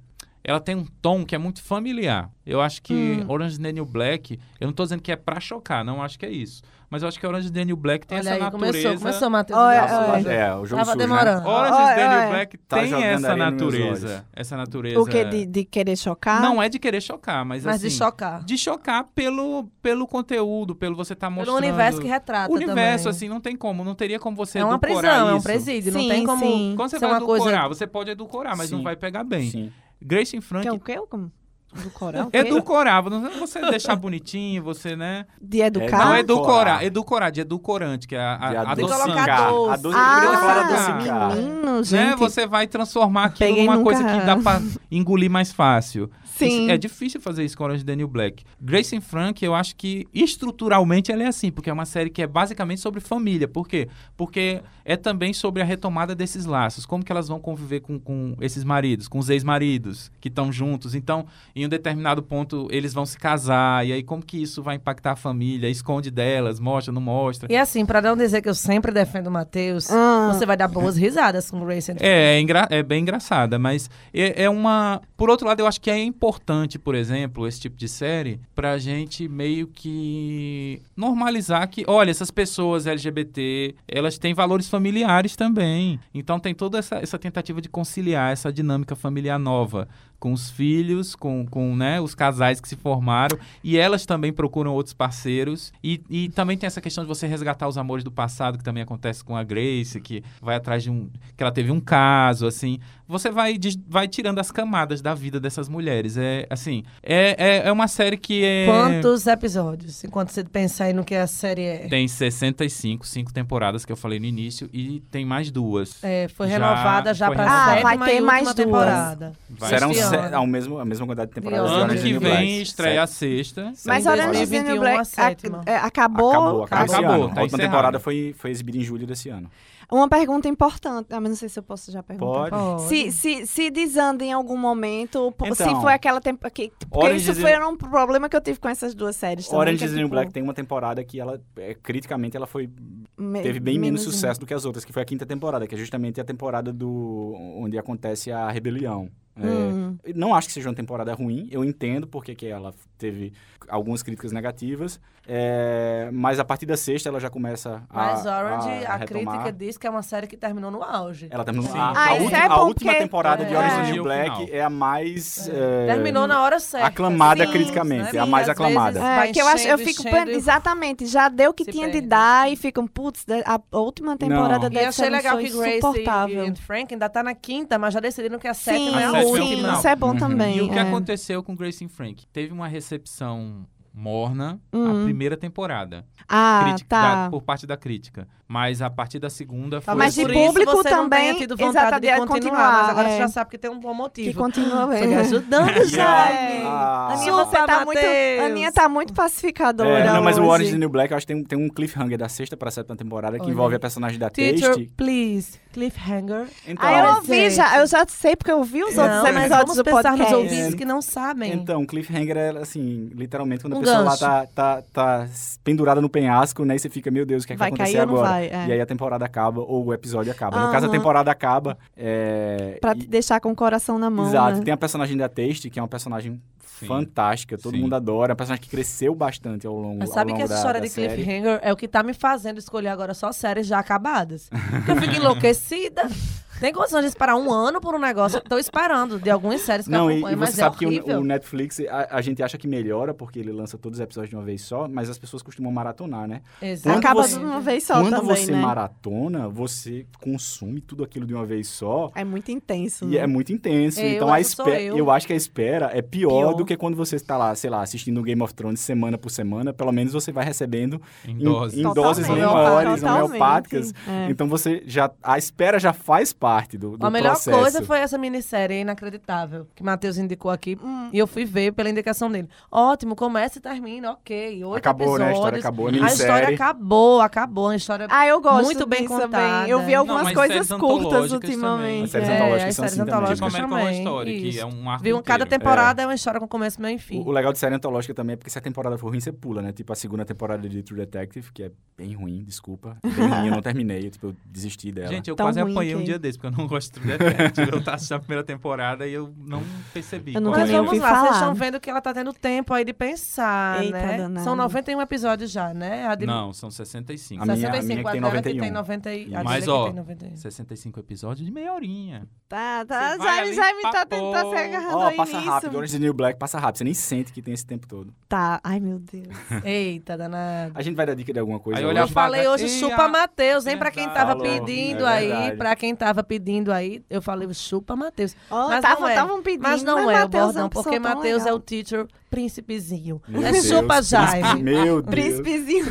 Speaker 3: ela tem um tom que é muito familiar. Eu acho que
Speaker 2: Hum.
Speaker 3: Orange is the New Black, eu não tô dizendo que é pra chocar, não acho que é isso. Mas eu acho que Orange is the New Black tem
Speaker 2: Olha
Speaker 3: essa
Speaker 2: aí,
Speaker 3: natureza.
Speaker 2: começou, começou, Matheus.
Speaker 5: Olha,
Speaker 2: Nossa,
Speaker 5: olha.
Speaker 2: olha.
Speaker 4: É, o jogo
Speaker 2: Tava
Speaker 4: sujo, né?
Speaker 2: demaniel demorando.
Speaker 3: Orange
Speaker 5: Olha,
Speaker 3: is the New
Speaker 5: olha.
Speaker 3: Black
Speaker 4: Tá
Speaker 3: tem
Speaker 4: jogando
Speaker 3: essa
Speaker 4: areia nos meus olhos.
Speaker 3: natureza. Essa natureza.
Speaker 5: O que? De, de querer chocar?
Speaker 3: Não é de querer chocar, mas,
Speaker 2: Ah. Mas
Speaker 3: assim...
Speaker 2: de chocar.
Speaker 3: de chocar pelo, pelo conteúdo, pelo você tá
Speaker 2: Pelo
Speaker 3: mostrando.
Speaker 2: universo que retrata
Speaker 3: O universo,
Speaker 2: também.
Speaker 3: assim, não tem como. Não teria como você
Speaker 2: É uma
Speaker 3: edulcorar
Speaker 2: prisão, é um
Speaker 3: isso.
Speaker 2: presídio. não
Speaker 5: Sim,
Speaker 2: tem como...
Speaker 5: sim.
Speaker 3: Quando você
Speaker 2: Isso é
Speaker 3: vai
Speaker 2: uma coisa-
Speaker 3: edulcorar, você pode edulcorar, mas não
Speaker 4: Sim.
Speaker 3: vai pegar bem.
Speaker 4: Sim.
Speaker 3: Grace Frank
Speaker 5: Que é o quê? Como? Do coral?
Speaker 3: edulcorava. Não é você deixar bonitinho, você,
Speaker 4: [laughs]
Speaker 3: né?
Speaker 5: De
Speaker 3: Não,
Speaker 5: educar?
Speaker 4: É,
Speaker 3: edulcorar. Edulcorar, de edulcorante, que é a, a, Né?
Speaker 4: De
Speaker 3: adoçante.
Speaker 2: colocar
Speaker 4: adocicar.
Speaker 2: doce.
Speaker 4: Adocicar. Eu queria falar
Speaker 3: adocicar.
Speaker 5: ah,
Speaker 4: adocicar.
Speaker 5: menino,
Speaker 3: assim, Né?
Speaker 5: gente.
Speaker 3: Você vai transformar aquilo
Speaker 5: Peguei
Speaker 3: numa
Speaker 5: nunca.
Speaker 3: coisa que dá pra engolir mais fácil.
Speaker 5: Sim.
Speaker 3: Isso- É difícil fazer isso com Orange Daniel Black. Grace Frank, eu acho que estruturalmente ela é assim, porque é uma série que é basicamente sobre família. Por quê? Porque é também sobre a retomada desses laços. Como que elas vão conviver com, com esses maridos, com os ex-maridos que estão juntos. Então, em um determinado ponto, eles vão se casar. E aí, como que isso vai impactar a família? Esconde delas, mostra, não mostra.
Speaker 2: E assim, pra não dizer que eu sempre defendo o Matheus,
Speaker 5: Ah.
Speaker 2: você vai dar boas risadas com o Grace and
Speaker 3: É, é, engra- é bem engraçada, mas é, é uma. Por outro lado, eu acho que é importante, por exemplo, esse tipo de série, pra gente meio que normalizar que, olha, essas pessoas LGBT, elas têm valores familiares também. Então tem toda essa, essa tentativa de conciliar essa dinâmica familiar nova com os filhos, com, com né, os casais que se formaram, e elas também procuram outros parceiros. E, e também tem essa questão de você resgatar os amores do passado, que também acontece com a Grace, que vai atrás de um. que ela teve um caso, assim. Você vai, des- vai tirando as camadas da vida dessas mulheres. É assim. É, é, é uma série que é.
Speaker 2: Quantos episódios? Enquanto você pensar aí no que a série é.
Speaker 3: Tem 65, cinco temporadas que eu falei no início, e tem mais duas.
Speaker 2: É, foi
Speaker 3: Já-
Speaker 2: renovada já
Speaker 3: foi
Speaker 2: pra
Speaker 3: renovada.
Speaker 2: sétima
Speaker 5: Ah, vai ter
Speaker 2: e última
Speaker 5: mais duas.
Speaker 2: temporada.
Speaker 3: Vai
Speaker 4: Serão
Speaker 2: esse
Speaker 4: se-
Speaker 2: ano.
Speaker 4: ao mesmo, a mesma quantidade de temporadas.
Speaker 2: Esse
Speaker 4: de
Speaker 3: ano
Speaker 4: Orange
Speaker 3: que
Speaker 4: is the New
Speaker 3: vem
Speaker 4: Black.
Speaker 3: estreia a sexta.
Speaker 5: Mas
Speaker 4: Em
Speaker 5: Orange is the
Speaker 2: 2021
Speaker 5: New
Speaker 2: a
Speaker 5: Black
Speaker 2: sétima.
Speaker 5: ac- é, acabou,
Speaker 4: Acabou, acabou. esse
Speaker 3: Acabou,
Speaker 4: ano.
Speaker 3: tá
Speaker 4: a última
Speaker 3: encerrado.
Speaker 4: temporada foi, foi exibida em julho desse ano.
Speaker 5: Uma pergunta importante. Ah, mas não sei se eu posso já
Speaker 4: Pode.
Speaker 5: perguntar.
Speaker 2: Pode.
Speaker 5: Se, se, se desanda em algum momento, po- se
Speaker 4: Então,
Speaker 5: foi aquela temporada. Porque
Speaker 4: Orange
Speaker 5: isso
Speaker 4: is the-
Speaker 5: foi um problema que eu tive com essas duas séries. também,
Speaker 4: Orange
Speaker 5: que
Speaker 4: is
Speaker 5: é
Speaker 4: the New
Speaker 5: tipo,
Speaker 4: Black tem uma temporada que ela, é, criticamente, ela foi
Speaker 5: me-
Speaker 4: teve bem menos
Speaker 5: um.
Speaker 4: sucesso do que as outras, que foi a quinta temporada, que é justamente a temporada do onde acontece a rebelião. É,
Speaker 5: Hum.
Speaker 4: eu não acho que seja uma temporada ruim, eu entendo porque que ela teve algumas críticas negativas, é, mas a partir da sexta ela já começa a.
Speaker 2: Mas Orange, a,
Speaker 4: retomar.
Speaker 2: crítica diz que é uma série que terminou no auge.
Speaker 4: Ela terminou.
Speaker 3: Sim.
Speaker 4: A,
Speaker 3: Ah,
Speaker 4: a
Speaker 3: isso
Speaker 4: última,
Speaker 5: é
Speaker 4: a
Speaker 5: bom
Speaker 4: última
Speaker 5: porque-
Speaker 4: temporada de Orange
Speaker 5: É.
Speaker 4: is the New Black
Speaker 3: Final.
Speaker 4: é a mais. é,
Speaker 2: Terminou na hora certa.
Speaker 4: aclamada
Speaker 2: Sim,
Speaker 4: criticamente,
Speaker 2: né?
Speaker 4: a mais
Speaker 2: E às vezes
Speaker 4: aclamada.
Speaker 2: vai
Speaker 5: É, que eu acho, eu
Speaker 2: enchendo,
Speaker 5: fico
Speaker 2: enchendo
Speaker 5: pen-
Speaker 2: e-
Speaker 5: exatamente, já deu o que
Speaker 2: Se
Speaker 5: tinha de
Speaker 2: perde.
Speaker 5: dar e ficam, putz, da- a última temporada
Speaker 4: Não.
Speaker 2: E eu
Speaker 5: deve
Speaker 2: achei
Speaker 5: ser
Speaker 2: legal que Grace
Speaker 5: insuportável.
Speaker 2: e, e Frank ainda tá na quinta, mas já decidiram que a
Speaker 5: Sim,
Speaker 2: sétima é
Speaker 3: A
Speaker 2: a
Speaker 3: sétima é o
Speaker 5: sim,
Speaker 2: última.
Speaker 3: final.
Speaker 5: isso é bom
Speaker 4: Uhum.
Speaker 5: também.
Speaker 3: E o que
Speaker 5: é.
Speaker 3: aconteceu com Grace and Frank? Teve uma recepção morna
Speaker 5: Uhum.
Speaker 3: a primeira temporada,
Speaker 5: Ah,
Speaker 3: criti- da-
Speaker 5: tá.
Speaker 3: por parte da crítica, mas a partir da segunda
Speaker 4: Tá,
Speaker 3: foi
Speaker 5: Mas de
Speaker 2: Por
Speaker 3: por
Speaker 2: isso
Speaker 5: público
Speaker 2: você não
Speaker 5: também,
Speaker 2: tenha tido vontade de
Speaker 5: exatamente,
Speaker 2: continuar,
Speaker 5: continuar,
Speaker 2: mas agora
Speaker 5: é.
Speaker 2: você já sabe que tem um bom
Speaker 5: Que
Speaker 2: motivo.
Speaker 5: continua
Speaker 2: Tô lhe
Speaker 5: bem.
Speaker 4: [laughs]
Speaker 2: ajudando,
Speaker 5: É.
Speaker 2: Jaime.
Speaker 4: Ah.
Speaker 2: Aninha,
Speaker 5: Ju,
Speaker 2: você
Speaker 5: você tá muito,
Speaker 2: Matheus.
Speaker 5: Aninha tá muito pacificadora.
Speaker 4: É, não, mas o
Speaker 5: hoje.
Speaker 4: Orange is the New Black, eu acho que tem, um- tem um cliffhanger da sexta pra sétima temporada que
Speaker 2: Olha.
Speaker 4: envolve a personagem da
Speaker 2: Teacher,
Speaker 4: Taste.
Speaker 2: please. Cliffhanger.
Speaker 4: Então,
Speaker 5: Ah, eu
Speaker 2: Olha,
Speaker 5: ouvi,
Speaker 2: gente.
Speaker 5: já, eu já sei, porque eu ouvi os outros
Speaker 2: não, mas
Speaker 5: episódios
Speaker 2: vamos
Speaker 5: do
Speaker 2: pensar nos
Speaker 5: podcast.
Speaker 2: ouvintes que não sabem.
Speaker 4: Então, cliffhanger é assim, literalmente, quando
Speaker 2: Um
Speaker 4: a pessoa
Speaker 2: gancho.
Speaker 4: lá tá, tá, tá s- pendurada no penhasco, né? E você fica, meu Deus, o que, é que
Speaker 5: Vai
Speaker 4: vai acontecer
Speaker 5: cair ou não
Speaker 4: agora?
Speaker 5: vai, é.
Speaker 4: E aí a temporada acaba, ou o episódio acaba. No
Speaker 2: Aham.
Speaker 4: caso, a temporada acaba. É...
Speaker 5: Pra
Speaker 4: e-
Speaker 5: te deixar com o coração na mão,
Speaker 4: Exato.
Speaker 5: né?
Speaker 4: Tem a personagem da Taste, que é uma personagem
Speaker 3: Sim.
Speaker 4: fantástica, todo
Speaker 3: Sim.
Speaker 4: mundo adora. É uma personagem que cresceu bastante ao longo,
Speaker 2: Mas
Speaker 4: ao
Speaker 2: sabe que
Speaker 4: longo
Speaker 2: essa
Speaker 4: da-
Speaker 2: história
Speaker 4: da
Speaker 2: de
Speaker 4: série.
Speaker 2: cliffhanger é o que tá me fazendo escolher agora só séries já acabadas. Porque eu fico enlouquecida. [laughs] Tem condição de esperar um ano por um negócio. Tô esperando de algumas séries que
Speaker 4: Não,
Speaker 2: eu
Speaker 4: e,
Speaker 2: acompanho,
Speaker 4: e você
Speaker 2: mas é
Speaker 4: sabe que o-
Speaker 2: horrível.
Speaker 4: o, Netflix, a, a gente acha que melhora porque ele lança todos os episódios de uma vez só, mas as pessoas costumam maratonar, né?
Speaker 2: Exatamente.
Speaker 5: Acaba
Speaker 4: você-
Speaker 5: de uma vez só
Speaker 4: Quando
Speaker 5: também,
Speaker 4: você
Speaker 5: né?
Speaker 4: maratona, você consome tudo aquilo de uma vez só.
Speaker 5: É muito intenso.
Speaker 4: E é muito intenso.
Speaker 2: Eu,
Speaker 4: então a
Speaker 2: essa sou
Speaker 4: espera.
Speaker 2: eu.
Speaker 4: Eu. acho que a espera é pior,
Speaker 5: Pior.
Speaker 4: do que quando você está lá, sei lá, assistindo Game of Thrones semana por semana. Pelo menos você vai recebendo
Speaker 3: em
Speaker 4: em,
Speaker 3: dose.
Speaker 4: em doses
Speaker 5: Totalmente.
Speaker 4: menores, assim,
Speaker 5: Totalmente.
Speaker 4: homeopáticas.
Speaker 5: É.
Speaker 4: Então você já. A espera já faz parte do, do
Speaker 2: A melhor
Speaker 4: processo.
Speaker 2: coisa foi essa minissérie inacreditável que Matheus indicou aqui.
Speaker 5: Hum.
Speaker 2: E eu fui ver pela indicação dele. Ótimo, começa e termina, ok. Oito
Speaker 4: Acabou, né? A
Speaker 2: episódios.
Speaker 4: história acabou, a
Speaker 2: A história
Speaker 4: minissérie.
Speaker 2: acabou, acabou. A história
Speaker 5: Ah, eu gosto
Speaker 2: Muito bem
Speaker 5: disso
Speaker 2: contada.
Speaker 5: também. Eu vi
Speaker 2: Não,
Speaker 5: algumas
Speaker 3: mas
Speaker 5: coisas
Speaker 3: séries
Speaker 5: curtas
Speaker 3: antológicas
Speaker 5: ultimamente.
Speaker 4: também. As séries
Speaker 5: É.
Speaker 4: antológicas
Speaker 2: as
Speaker 4: são
Speaker 2: séries
Speaker 4: assim também.
Speaker 3: Que
Speaker 2: antológicas
Speaker 3: começa com Tipo, uma
Speaker 2: também.
Speaker 3: história, que
Speaker 2: Isso.
Speaker 3: é um arco
Speaker 2: Viu? Cada
Speaker 3: inteiro.
Speaker 2: temporada é. uma história com começo, meio e fim.
Speaker 4: O, o legal de série antológica também é porque se a temporada for ruim, você pula, né? Tipo a segunda temporada de
Speaker 2: [laughs]
Speaker 4: True Detective, que é bem ruim, desculpa. é Bem ruim, eu não terminei. Tipo, eu desisti dela.
Speaker 3: Gente, eu
Speaker 5: Tão
Speaker 3: quase
Speaker 5: ruim
Speaker 3: apanhei um
Speaker 5: que-
Speaker 3: dia desse, porque eu não [laughs] gosto do Detective. eu tava assistindo a primeira temporada e eu não percebi.
Speaker 5: Eu não
Speaker 3: qual
Speaker 2: Mas
Speaker 5: também
Speaker 3: era.
Speaker 5: ouvi
Speaker 2: vamos lá, vocês
Speaker 5: falar.
Speaker 2: estão vendo que ela tá tendo tempo aí de pensar,
Speaker 5: Eita,
Speaker 2: né?
Speaker 5: danada.
Speaker 2: São 91 episódios já, né? A de
Speaker 3: Não, são 65.
Speaker 4: A minha- a
Speaker 2: 65,
Speaker 4: minha que tem
Speaker 2: dela que tem
Speaker 4: 91.
Speaker 2: 90 e- um. a
Speaker 3: Mas,
Speaker 2: dele que
Speaker 3: ó,
Speaker 2: tem 91. [laughs]
Speaker 3: 65 episódios de meia horinha.
Speaker 5: Tá, tá.
Speaker 3: Você vai
Speaker 5: Jaime,
Speaker 3: ali,
Speaker 5: Jaime tá,
Speaker 3: papou.
Speaker 5: tá se agarrando
Speaker 4: Ó,
Speaker 5: aí
Speaker 4: passa
Speaker 5: nisso.
Speaker 4: rápido. né? Orange is the New Black passa rápido. Você nem sente que tem esse tempo todo.
Speaker 2: Hum.
Speaker 5: Tá. Ai, meu Deus.
Speaker 2: Eita, danada.
Speaker 4: A gente vai dar dica de alguma coisa
Speaker 3: Aí
Speaker 4: hoje.
Speaker 3: olha
Speaker 2: Eu falei hoje
Speaker 3: Ei,
Speaker 2: chupa
Speaker 3: a-
Speaker 2: Matheus, hein? Pra quem tava
Speaker 4: Falou,
Speaker 2: pedindo
Speaker 4: é
Speaker 2: aí,
Speaker 4: verdade.
Speaker 2: pra quem tava pedindo aí, eu falei chupa Matheus.
Speaker 5: Ó,
Speaker 2: Mas
Speaker 5: tava,
Speaker 2: não é.
Speaker 5: Tavam pedindo,
Speaker 2: Mas não é o
Speaker 5: Matheus
Speaker 2: bordão,
Speaker 5: uma pessoa
Speaker 2: porque
Speaker 5: tão
Speaker 2: Matheus é
Speaker 5: legal.
Speaker 2: o teacher príncipezinho.
Speaker 4: Meu
Speaker 2: é
Speaker 4: Deus,
Speaker 2: chupa
Speaker 4: príncipe-
Speaker 2: Jaime.
Speaker 4: Meu Deus.
Speaker 5: príncipezinho.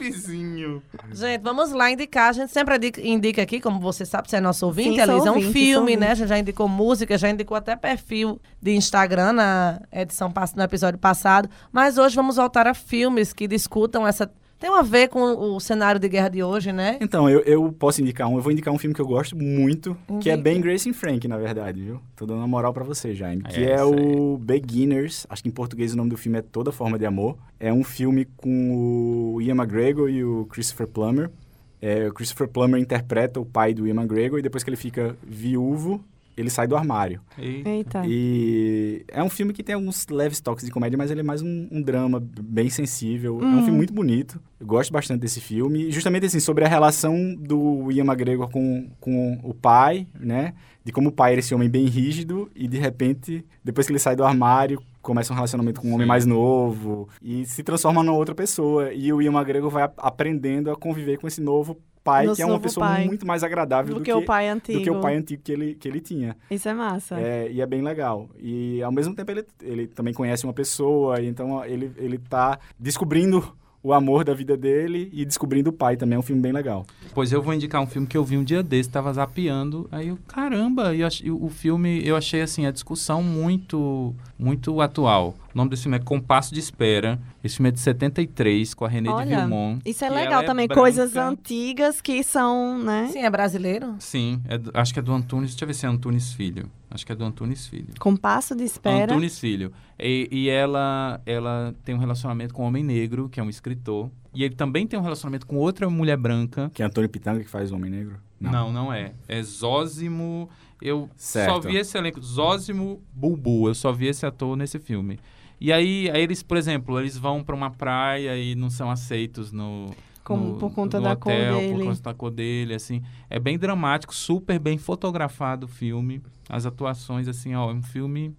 Speaker 3: Príncipezinho.
Speaker 2: Gente, vamos lá indicar. A gente sempre adi- indica aqui, como você sabe, você é nosso ouvinte,
Speaker 5: Sim, sou
Speaker 2: Elisa, um
Speaker 5: ouvinte, sou
Speaker 2: filme,
Speaker 5: ouvinte.
Speaker 2: né? A gente já indicou música, já indicou até perfil de Instagram na edição, pass- no episódio passado. Mas hoje vamos voltar a filmes que discutam essa. Tem a ver com o cenário de guerra de hoje, né?
Speaker 4: Então, eu, eu posso indicar um. Eu vou indicar um filme que eu gosto muito, que é
Speaker 2: Indica.
Speaker 4: bem Grace and Frank, na verdade, viu? Tô dando uma moral pra você, Jaime. Que
Speaker 3: É,
Speaker 4: é,
Speaker 3: isso
Speaker 4: o Beginners. Acho que em português o nome do filme é Toda Forma de Amor. É um filme com o Ian McGregor e o Christopher Plummer. É, o Christopher Plummer interpreta o pai do Ian McGregor e depois que ele fica viúvo, ele sai do armário.
Speaker 5: Eita.
Speaker 4: E é um filme que tem alguns leves toques de comédia, mas ele é mais um, um drama bem sensível. É
Speaker 5: Uhum.
Speaker 4: um filme muito bonito. Eu gosto bastante desse filme. E Justamente assim, sobre a relação do Ian McGregor com, com o pai, né? De como o pai era esse homem bem rígido e de repente, depois que ele sai do armário, começa um relacionamento com um homem mais novo e se transforma numa outra pessoa. E o Ian McGregor vai a- aprendendo a conviver com esse novo pai,
Speaker 5: Nosso
Speaker 4: que é uma
Speaker 5: novo
Speaker 4: pessoa
Speaker 5: pai.
Speaker 4: muito mais agradável
Speaker 5: Do,
Speaker 4: do,
Speaker 5: que, o pai antigo.
Speaker 4: do que o pai antigo que ele, que ele tinha.
Speaker 5: Isso é
Speaker 3: Tá.
Speaker 5: massa.
Speaker 4: É, e é bem legal. E ao mesmo tempo ele, ele também conhece uma pessoa, e então ó, ele, ele tá descobrindo o amor da vida dele e descobrindo o pai também. É um filme bem legal.
Speaker 3: Pois eu vou indicar um filme que eu vi um dia desse, tava zapeando, aí eu, caramba, e eu ach- e o filme, eu achei assim, a discussão muito, muito atual. O nome desse filme é Compasso de Espera, esse filme é de 73, com a Renée de
Speaker 5: Olha,
Speaker 3: Villemont.
Speaker 5: Isso é
Speaker 3: que
Speaker 5: legal
Speaker 3: ela é
Speaker 5: também.
Speaker 3: branca.
Speaker 5: Coisas antigas que são, né?
Speaker 2: Sim, é brasileiro?
Speaker 3: Sim, é do- acho que é do Antunes, deixa eu ver se é Antunes Filho, acho que é do Antunes Filho.
Speaker 5: Com passo de espera.
Speaker 3: Antunes Filho. E, e ela, ela tem um relacionamento com um homem negro, que é um escritor, e ele também tem um relacionamento com outra mulher branca,
Speaker 4: Que é Antônio Pitanga que faz o Homem Negro?
Speaker 3: Não. não, é. É Zózimo. Eu só
Speaker 4: Certo.
Speaker 3: vi esse elenco. Zózimo Bulbu. Eu só vi esse ator nesse filme. E aí, aí eles, por exemplo, eles vão pra uma praia e não são aceitos no.
Speaker 5: Como
Speaker 3: no-
Speaker 5: por conta
Speaker 3: no
Speaker 5: da cor
Speaker 3: hotel,
Speaker 5: dele.
Speaker 3: Por conta da cor dele, assim. É bem dramático, super bem fotografado o filme. As atuações, assim, ó, é um filme.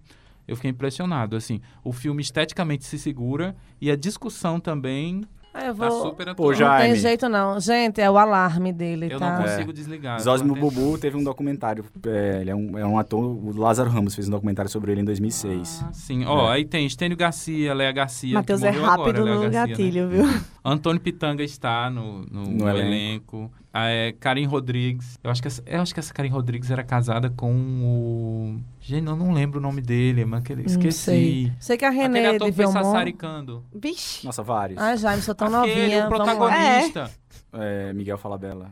Speaker 3: Eu fiquei impressionado, assim. O filme esteticamente se segura e a discussão também
Speaker 2: Ah, eu vou.
Speaker 3: tá super atual.
Speaker 4: Pô, já-
Speaker 2: Não tem
Speaker 4: Jaime.
Speaker 2: jeito, não. Gente, é o alarme dele,
Speaker 3: Eu
Speaker 2: tá?
Speaker 3: não consigo desligar.
Speaker 4: Zósimo
Speaker 3: Tô até-
Speaker 4: Bubu teve um documentário. É, ele é um, é um ator, o Lázaro Ramos fez um documentário sobre ele em 2006.
Speaker 3: Ah, sim. Ó,
Speaker 4: É.
Speaker 3: aí tem Estênio Garcia, Léa Garcia.
Speaker 5: Matheus
Speaker 3: que
Speaker 5: é
Speaker 3: morreu agora,
Speaker 5: rápido
Speaker 3: Léa
Speaker 5: no
Speaker 3: Garcia,
Speaker 5: gatilho,
Speaker 3: né?
Speaker 5: viu?
Speaker 3: Antônio Pitanga está no, no,
Speaker 4: No
Speaker 3: no elenco.
Speaker 4: elenco.
Speaker 3: Ah, é, Karim Rodrigues. Eu acho, que essa, eu acho que essa Karim Rodrigues era casada com o... Gente, eu não lembro o nome dele, mas aquele,
Speaker 2: Não
Speaker 3: esqueci.
Speaker 2: sei. Sei que a
Speaker 3: Aquele
Speaker 2: Renê
Speaker 3: ator
Speaker 2: de
Speaker 3: que foi
Speaker 2: Vilmont...
Speaker 3: sassaricando.
Speaker 5: Vixe.
Speaker 4: Nossa, vários.
Speaker 3: Ah, é?
Speaker 2: Ai, Jaime, sou tão
Speaker 3: Aquele,
Speaker 2: novinha.
Speaker 3: o
Speaker 2: vamos lá.
Speaker 3: protagonista.
Speaker 4: É, Miguel Falabella.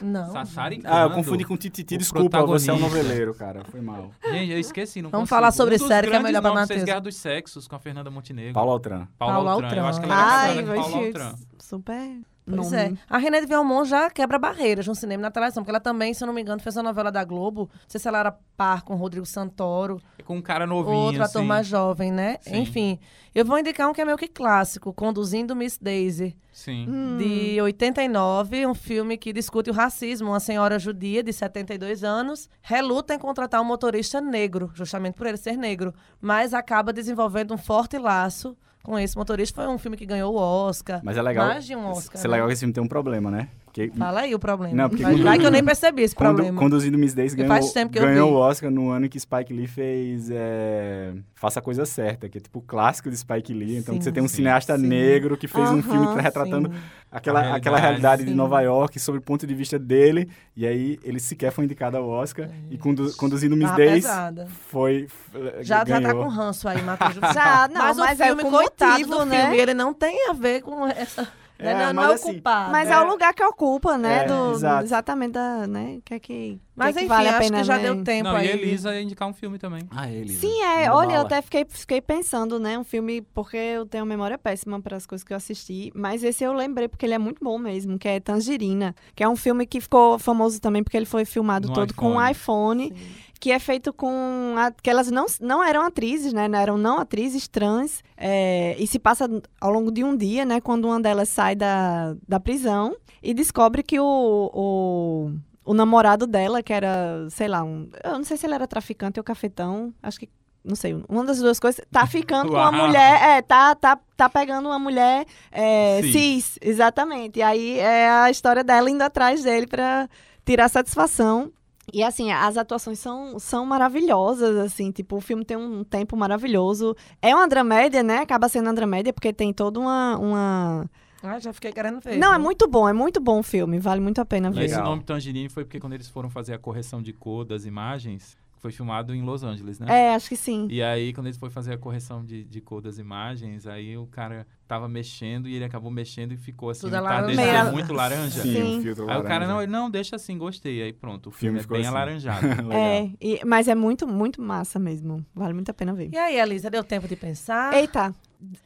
Speaker 2: Não.
Speaker 3: Sassaricando.
Speaker 4: Ah, eu confundi com Tititi.
Speaker 3: O
Speaker 4: Desculpa, você é um
Speaker 3: protagonista.
Speaker 4: noveleiro, cara. Foi mal.
Speaker 3: Gente, eu esqueci. Não
Speaker 2: Vamos
Speaker 3: consigo.
Speaker 2: falar sobre
Speaker 3: um dos
Speaker 2: série, que é
Speaker 3: grandes
Speaker 2: melhor pra
Speaker 3: nomes fez
Speaker 2: Matheus.
Speaker 3: Guerra dos Sexos com a Fernanda Montenegro.
Speaker 4: Paulo Altran.
Speaker 3: Paula
Speaker 2: Paula
Speaker 3: Altran. Eu acho que ela
Speaker 2: Altran.
Speaker 3: era
Speaker 5: Ai,
Speaker 3: casada com É né? Paula
Speaker 5: vai
Speaker 3: Altran.
Speaker 5: Super.
Speaker 2: Pois
Speaker 5: nome.
Speaker 2: é. A René de Valmont já quebra barreiras no cinema e na televisão, porque ela também, se eu não me engano, fez uma novela da Globo. Não sei se ela era par com o Rodrigo Santoro,
Speaker 3: Com um cara novinho,
Speaker 2: outro ator
Speaker 3: assim.
Speaker 2: mais jovem, né?
Speaker 3: Sim.
Speaker 2: Enfim, eu vou indicar um que é meio que clássico, Conduzindo Miss Daisy.
Speaker 3: Sim.
Speaker 4: Hum.
Speaker 2: de 89, um filme que discute o racismo. Uma senhora judia de 72 anos reluta em contratar um motorista negro, justamente por ele ser negro, mas acaba desenvolvendo um forte laço com esse motorista. Foi um filme que ganhou o Oscar.
Speaker 4: Mas é legal.
Speaker 2: Mais de um Oscar.
Speaker 4: Isso é
Speaker 2: né?
Speaker 4: legal que esse filme tem um problema, né? Porque
Speaker 2: Fala aí o problema.
Speaker 4: Não, porque
Speaker 2: Vai
Speaker 4: quando-
Speaker 2: lá que eu
Speaker 4: [laughs]
Speaker 2: nem percebi esse
Speaker 4: Condu-
Speaker 2: problema.
Speaker 4: Conduzindo Miss Daisy
Speaker 2: Porque
Speaker 4: ganhou,
Speaker 2: faz tempo que eu
Speaker 4: ganhou
Speaker 2: vi.
Speaker 4: o Oscar no ano que Spike Lee fez é, Faça a Coisa Certa, que é tipo o clássico de Spike Lee. Então
Speaker 2: Sim,
Speaker 4: você tem um
Speaker 3: sim,
Speaker 4: cineasta
Speaker 2: sim.
Speaker 4: negro que fez um filme que
Speaker 5: Aham,
Speaker 4: tá retratando
Speaker 2: Sim.
Speaker 4: aquela,
Speaker 3: A realidade,
Speaker 4: aquela realidade
Speaker 2: sim.
Speaker 4: de Nova York sob o ponto de vista dele. E aí ele sequer foi indicado ao Oscar. E condu- Conduzindo Miss
Speaker 2: É Tá
Speaker 4: Daisy
Speaker 2: pesada.
Speaker 4: foi. f-
Speaker 2: Já, já tá
Speaker 4: ganhou.
Speaker 2: com
Speaker 4: [laughs]
Speaker 2: ranço aí, Matheus.
Speaker 5: Já, não, mas,
Speaker 2: mas, o filme,
Speaker 5: é com
Speaker 2: coitado
Speaker 5: motivo,
Speaker 2: do
Speaker 5: né?
Speaker 2: filme, ele não tem a ver com essa Não é, não, não
Speaker 4: mas
Speaker 2: é o
Speaker 4: assim,
Speaker 2: culpado.
Speaker 5: Mas é o lugar que ocupa,
Speaker 4: É,
Speaker 5: né? do,
Speaker 4: exato.
Speaker 5: Exatamente da, né? Que é que,
Speaker 2: Mas
Speaker 5: que é
Speaker 2: enfim,
Speaker 5: que vale a
Speaker 2: acho
Speaker 5: pena,
Speaker 2: que já
Speaker 5: né?
Speaker 2: deu tempo
Speaker 3: Não,
Speaker 2: aí.
Speaker 3: e a Elisa ia indicar um filme também.
Speaker 4: Ah, ele.
Speaker 5: Sim, é. Olha, eu até fiquei, fiquei pensando, né? Um filme, porque eu tenho memória péssima para as coisas que eu assisti. Mas esse eu lembrei, porque ele é muito bom mesmo, que é Tangerina. Que é um filme que ficou famoso também, porque ele foi filmado
Speaker 3: No
Speaker 5: todo com um
Speaker 3: iPhone.
Speaker 5: iPhone. Que é feito com. a- que elas não, não eram atrizes, né? não Eram não atrizes trans. é, e se passa ao longo de um dia, né? Quando uma delas sai da, da prisão e descobre que o- o o namorado dela, que era, sei lá, um. Eu não sei se ele era traficante ou cafetão. Acho que. Não sei, uma das duas coisas. Tá ficando com a
Speaker 3: Uau.
Speaker 5: mulher. É, tá, tá, tá pegando uma mulher é,
Speaker 3: Cis.
Speaker 5: cis. Exatamente. E aí é a história dela indo atrás dele pra tirar satisfação. E assim, as atuações são, são maravilhosas, assim, tipo, o filme tem um tempo maravilhoso. É uma dramédia, né? Acaba sendo uma dramédia, porque tem toda uma. uma...
Speaker 2: Ah, já fiquei querendo ver.
Speaker 5: Não, é muito bom, é muito bom o filme, vale muito a pena ver.
Speaker 3: Esse
Speaker 4: Legal.
Speaker 3: nome Tangerine foi porque quando eles foram fazer a correção de cor das imagens, foi filmado em Los Angeles, né?
Speaker 5: É, acho que sim.
Speaker 3: E aí, quando eles foram fazer a correção de, de cor das imagens, aí o cara tava mexendo e ele acabou mexendo e ficou assim,
Speaker 2: Tudo
Speaker 3: tá
Speaker 2: laranja.
Speaker 3: deixando
Speaker 5: Meio-
Speaker 3: muito laranja.
Speaker 4: Sim,
Speaker 5: Sim.
Speaker 4: o filtro
Speaker 3: Aí o cara,
Speaker 4: laranja.
Speaker 3: não, ele não, deixa assim, gostei. Aí pronto, o
Speaker 4: filme
Speaker 3: filme,
Speaker 4: ficou
Speaker 3: é bem
Speaker 4: assim.
Speaker 3: alaranjado.
Speaker 4: [laughs] Legal.
Speaker 5: É, e- mas é muito, muito massa mesmo. Vale muito a pena ver.
Speaker 2: E aí, Elisa, deu tempo de pensar?
Speaker 5: Eita!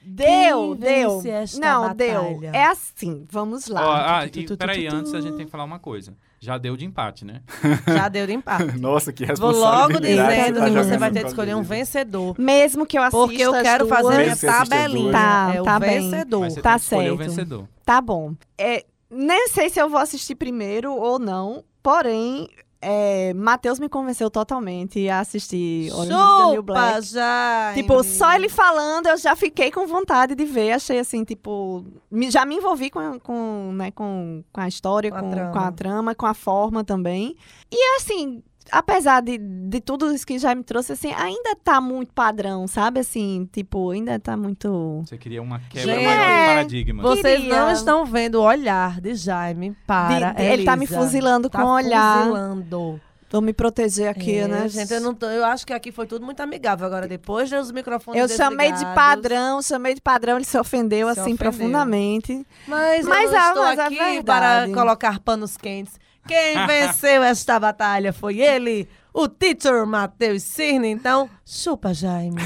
Speaker 5: Deu,
Speaker 2: Quem
Speaker 5: deu.
Speaker 2: vence esta
Speaker 5: Não, deu.
Speaker 2: batalha?
Speaker 5: É assim, vamos lá.
Speaker 3: Ó, ah,
Speaker 5: Tu, tu, tu, tu,
Speaker 3: e peraí,
Speaker 5: tu, tu.
Speaker 3: antes a gente tem que falar uma coisa. Já deu de empate, né?
Speaker 2: [laughs] Já deu de
Speaker 4: [laughs]
Speaker 2: empate.
Speaker 4: Nossa, que
Speaker 2: Vou
Speaker 4: responsabilidade.
Speaker 2: logo
Speaker 5: você
Speaker 2: dizendo
Speaker 5: tá
Speaker 2: que você
Speaker 4: jogando
Speaker 2: vai
Speaker 4: por
Speaker 2: ter que
Speaker 4: causa
Speaker 2: escolher um
Speaker 4: disso.
Speaker 2: vencedor.
Speaker 5: Mesmo que eu assista
Speaker 2: Porque eu quero
Speaker 5: as
Speaker 2: fazer
Speaker 5: duas,
Speaker 2: minha
Speaker 4: Mesmo que assista as
Speaker 2: tabelinha.
Speaker 4: duas.
Speaker 5: Tá,
Speaker 2: é o
Speaker 5: tá bem.
Speaker 2: vencedor.
Speaker 3: Mas você
Speaker 5: Tá
Speaker 3: tem que escolher o
Speaker 5: certo.
Speaker 3: vencedor.
Speaker 5: Tá bom. É, nem sei se eu vou assistir primeiro ou não, porém, é, Matheus me convenceu totalmente a assistir Orange is the New Black.
Speaker 2: Chupa, já.
Speaker 5: Tipo, só ele falando, eu já fiquei com vontade de ver. Achei assim, tipo. me- Já me envolvi com, com, né, com, com a história,
Speaker 2: Com a
Speaker 5: com,
Speaker 2: trama.
Speaker 5: com a trama, com a forma também. E assim, apesar de, de tudo isso que já me trouxe, assim, ainda tá muito padrão, sabe? Assim, tipo, ainda tá muito.
Speaker 3: Você queria uma quebra
Speaker 2: Gente,
Speaker 3: maior de
Speaker 5: é.
Speaker 3: paradigma.
Speaker 2: Vocês
Speaker 5: Queria.
Speaker 2: não estão vendo o olhar de Jaime para
Speaker 5: de- de- ele tá me
Speaker 2: Elisa.
Speaker 5: fuzilando
Speaker 2: Tá
Speaker 5: com o olhar.
Speaker 2: fuzilando.
Speaker 5: Vou me proteger aqui,
Speaker 2: É,
Speaker 5: né?
Speaker 2: Gente, eu, não tô- eu acho que aqui foi tudo muito amigável. Agora, depois dos microfones
Speaker 5: Eu chamei de
Speaker 2: desligados,
Speaker 5: padrão, chamei de padrão, ele se ofendeu,
Speaker 2: Se
Speaker 5: assim,
Speaker 2: ofendeu.
Speaker 5: profundamente.
Speaker 2: Mas, é
Speaker 5: Mas
Speaker 2: eu
Speaker 5: a-
Speaker 2: estou
Speaker 5: mas a
Speaker 2: aqui
Speaker 5: verdade.
Speaker 2: para colocar panos quentes. [laughs] Quem venceu esta batalha foi ele, o teacher Matheus Cirne. Então, chupa, Jaime.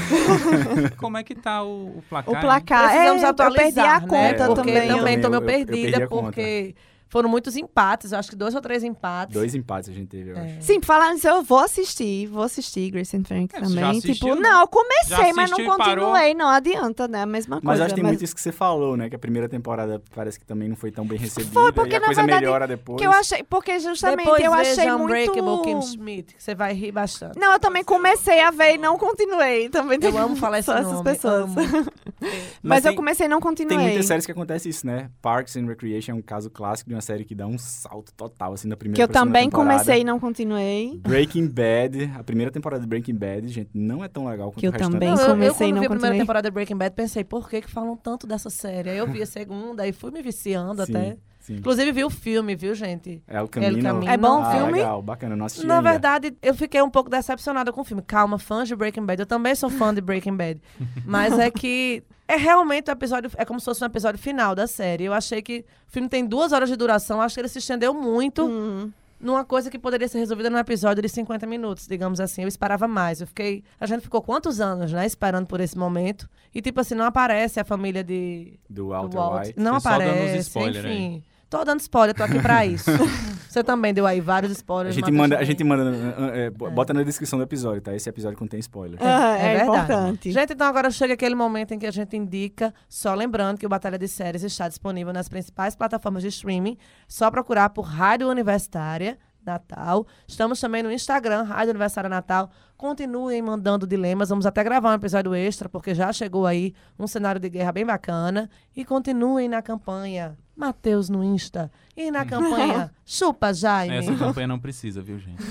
Speaker 3: Como é que tá o, o placar?
Speaker 5: O
Speaker 3: hein?
Speaker 5: placar.
Speaker 2: Precisamos
Speaker 5: é, eu perdi
Speaker 2: atualizar,
Speaker 5: a
Speaker 2: né?
Speaker 5: conta
Speaker 2: porque
Speaker 5: também.
Speaker 4: eu
Speaker 2: também tô meio
Speaker 4: eu- eu perdi
Speaker 2: perdida,
Speaker 4: a conta.
Speaker 2: porque foram muitos empates. Eu acho que dois ou três empates.
Speaker 4: Dois empates a gente teve,
Speaker 2: É.
Speaker 4: eu acho.
Speaker 5: Sim, falaram nisso, eu vou assistir, vou assistir Grace and Frank
Speaker 3: É, você já
Speaker 5: também.
Speaker 3: assistiu,
Speaker 5: Tipo,
Speaker 3: né?
Speaker 5: não, eu
Speaker 3: Já
Speaker 5: comecei, mas não
Speaker 3: assistiu e parou.
Speaker 5: continuei, não adianta, né? A mesma
Speaker 4: Mas
Speaker 5: coisa.
Speaker 4: acho que tem muito isso que você falou, né? Que a primeira temporada parece que também não foi tão bem recebida.
Speaker 5: porque,
Speaker 4: e a
Speaker 5: na
Speaker 4: coisa
Speaker 5: verdade,
Speaker 4: melhora depois.
Speaker 5: que eu achei, porque justamente
Speaker 2: Depois um
Speaker 5: eu
Speaker 2: veja
Speaker 5: achei
Speaker 2: Unbreakable Kim
Speaker 5: muito.
Speaker 2: Schmidt, que você vai rir
Speaker 5: [laughs]
Speaker 2: bastante.
Speaker 5: Não, eu também comecei a ver e não continuei. Também
Speaker 2: Eu amo falar esse
Speaker 5: só essas
Speaker 2: nome,
Speaker 5: pessoas.
Speaker 2: amo.
Speaker 4: Mas,
Speaker 5: Mas eu
Speaker 4: tem-
Speaker 5: comecei e não
Speaker 4: Tem
Speaker 5: continuei.
Speaker 4: muitas séries que acontece isso, né? Parks and Recreation é um caso clássico de uma série que dá um salto total, assim, da primeira
Speaker 5: que eu
Speaker 4: pra segunda
Speaker 5: também
Speaker 4: temporada.
Speaker 5: comecei e
Speaker 3: [laughs]
Speaker 5: não continuei.
Speaker 4: Breaking Bad, a primeira temporada de Breaking Bad, gente, não é tão legal quanto
Speaker 5: Que
Speaker 4: o
Speaker 5: eu
Speaker 4: restante.
Speaker 5: também
Speaker 2: Não, eu, eu
Speaker 5: comecei e
Speaker 2: quando
Speaker 5: não
Speaker 2: vi a primeira
Speaker 5: continuei.
Speaker 2: temporada de Breaking Bad, pensei, por que, que falam tanto dessa série? Aí eu vi a segunda e fui me viciando
Speaker 4: Sim,
Speaker 2: até.
Speaker 4: Sim.
Speaker 2: Inclusive vi o filme, viu, gente?
Speaker 4: É o caminho.
Speaker 2: Camino.
Speaker 5: É bom o
Speaker 4: ah,
Speaker 5: filme?
Speaker 4: legal, bacana, eu não assisti
Speaker 2: Na
Speaker 4: ainda.
Speaker 2: verdade, eu fiquei um pouco decepcionada com o filme. Calma, fãs de Breaking Bad. Eu também sou fã de Breaking Bad. Mas é que é realmente um episódio. É como se fosse um episódio final da série. Eu achei que o filme tem duas horas de duração. Acho que ele se estendeu muito
Speaker 5: Hum.
Speaker 2: numa coisa que poderia ser resolvida num episódio de 50 minutos, digamos assim. Eu esperava mais. Eu fiquei. A gente ficou quantos anos, né? Esperando por esse momento. E, tipo assim, não aparece a família de
Speaker 4: Do
Speaker 2: do
Speaker 4: Walter
Speaker 2: Walt.
Speaker 4: White.
Speaker 2: Não
Speaker 3: Você só dando uns
Speaker 2: aparece.
Speaker 3: spoiler aí.
Speaker 2: enfim. Tô dando spoiler, tô aqui pra
Speaker 3: [laughs]
Speaker 2: isso. Você também deu aí vários
Speaker 4: A
Speaker 2: spoilers.
Speaker 4: gente
Speaker 2: Matheus
Speaker 4: manda, a
Speaker 2: também.
Speaker 4: gente manda, eh, eh, bo- bota na descrição do episódio, tá? Esse episódio contém spoiler. [laughs]
Speaker 5: Ah,
Speaker 2: É
Speaker 5: é,
Speaker 2: verdade.
Speaker 5: importante.
Speaker 2: Gente, então agora chega aquele momento em que a gente indica, só lembrando que o Batalha de Séries está disponível nas principais plataformas de streaming, só procurar por Rádio Universitária Natal. Estamos também no Instagram, Rádio Universitária Natal. Continuem mandando dilemas, vamos até gravar um episódio extra, porque já chegou aí um cenário de guerra bem bacana. E continuem na campanha Mateus no Insta e na campanha Chupa Jaime.
Speaker 3: Essa campanha não precisa, viu, gente?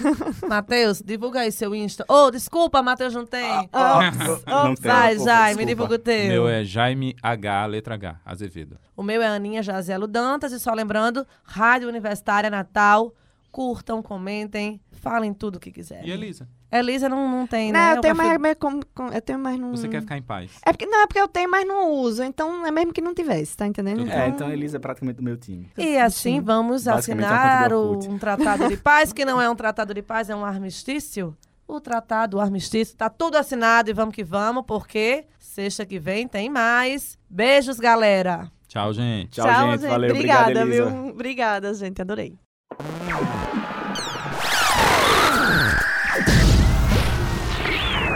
Speaker 2: Mateus, divulga aí seu Insta. Ô, desculpa, Mateus não tem.
Speaker 5: Ah,
Speaker 4: não tem.
Speaker 2: Vai,
Speaker 4: Opa,
Speaker 2: Jaime,
Speaker 4: desculpa.
Speaker 2: divulga o
Speaker 3: O
Speaker 2: teu.
Speaker 3: meu é Jaime H, letra H, Azevedo.
Speaker 2: O meu é Aninha Jazelo Dantas. E só lembrando, Rádio Universitária Natal. Curtam, comentem, falem tudo o que quiserem.
Speaker 3: E Elisa?
Speaker 2: Elisa não, não tem,
Speaker 5: Não,
Speaker 2: né?
Speaker 5: eu tenho,
Speaker 2: prefiro-
Speaker 5: mais, mas como- como- eu tenho mais não.
Speaker 3: Você quer ficar em paz.
Speaker 5: É porque, não, é porque eu tenho, mas não uso. Então é mesmo que não tivesse, tá entendendo?
Speaker 3: Tudo
Speaker 4: É, então a Elisa é praticamente do meu time.
Speaker 2: E assim
Speaker 5: Sim.
Speaker 2: vamos
Speaker 4: Basicamente, é uma conta
Speaker 2: assinar
Speaker 4: de
Speaker 2: o-
Speaker 4: Orkut.
Speaker 2: um tratado de paz, que não é
Speaker 4: [laughs]
Speaker 2: um tratado de paz, é um armistício. O tratado, o armistício, tá tudo assinado e vamos que vamos, porque sexta que vem tem mais. Beijos, galera!
Speaker 3: Tchau, gente.
Speaker 4: Tchau, gente. Valeu,
Speaker 5: Obrigada,
Speaker 4: obrigado, Elisa.
Speaker 5: viu? Obrigada, gente. Adorei.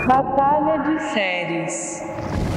Speaker 1: Batalha de séries.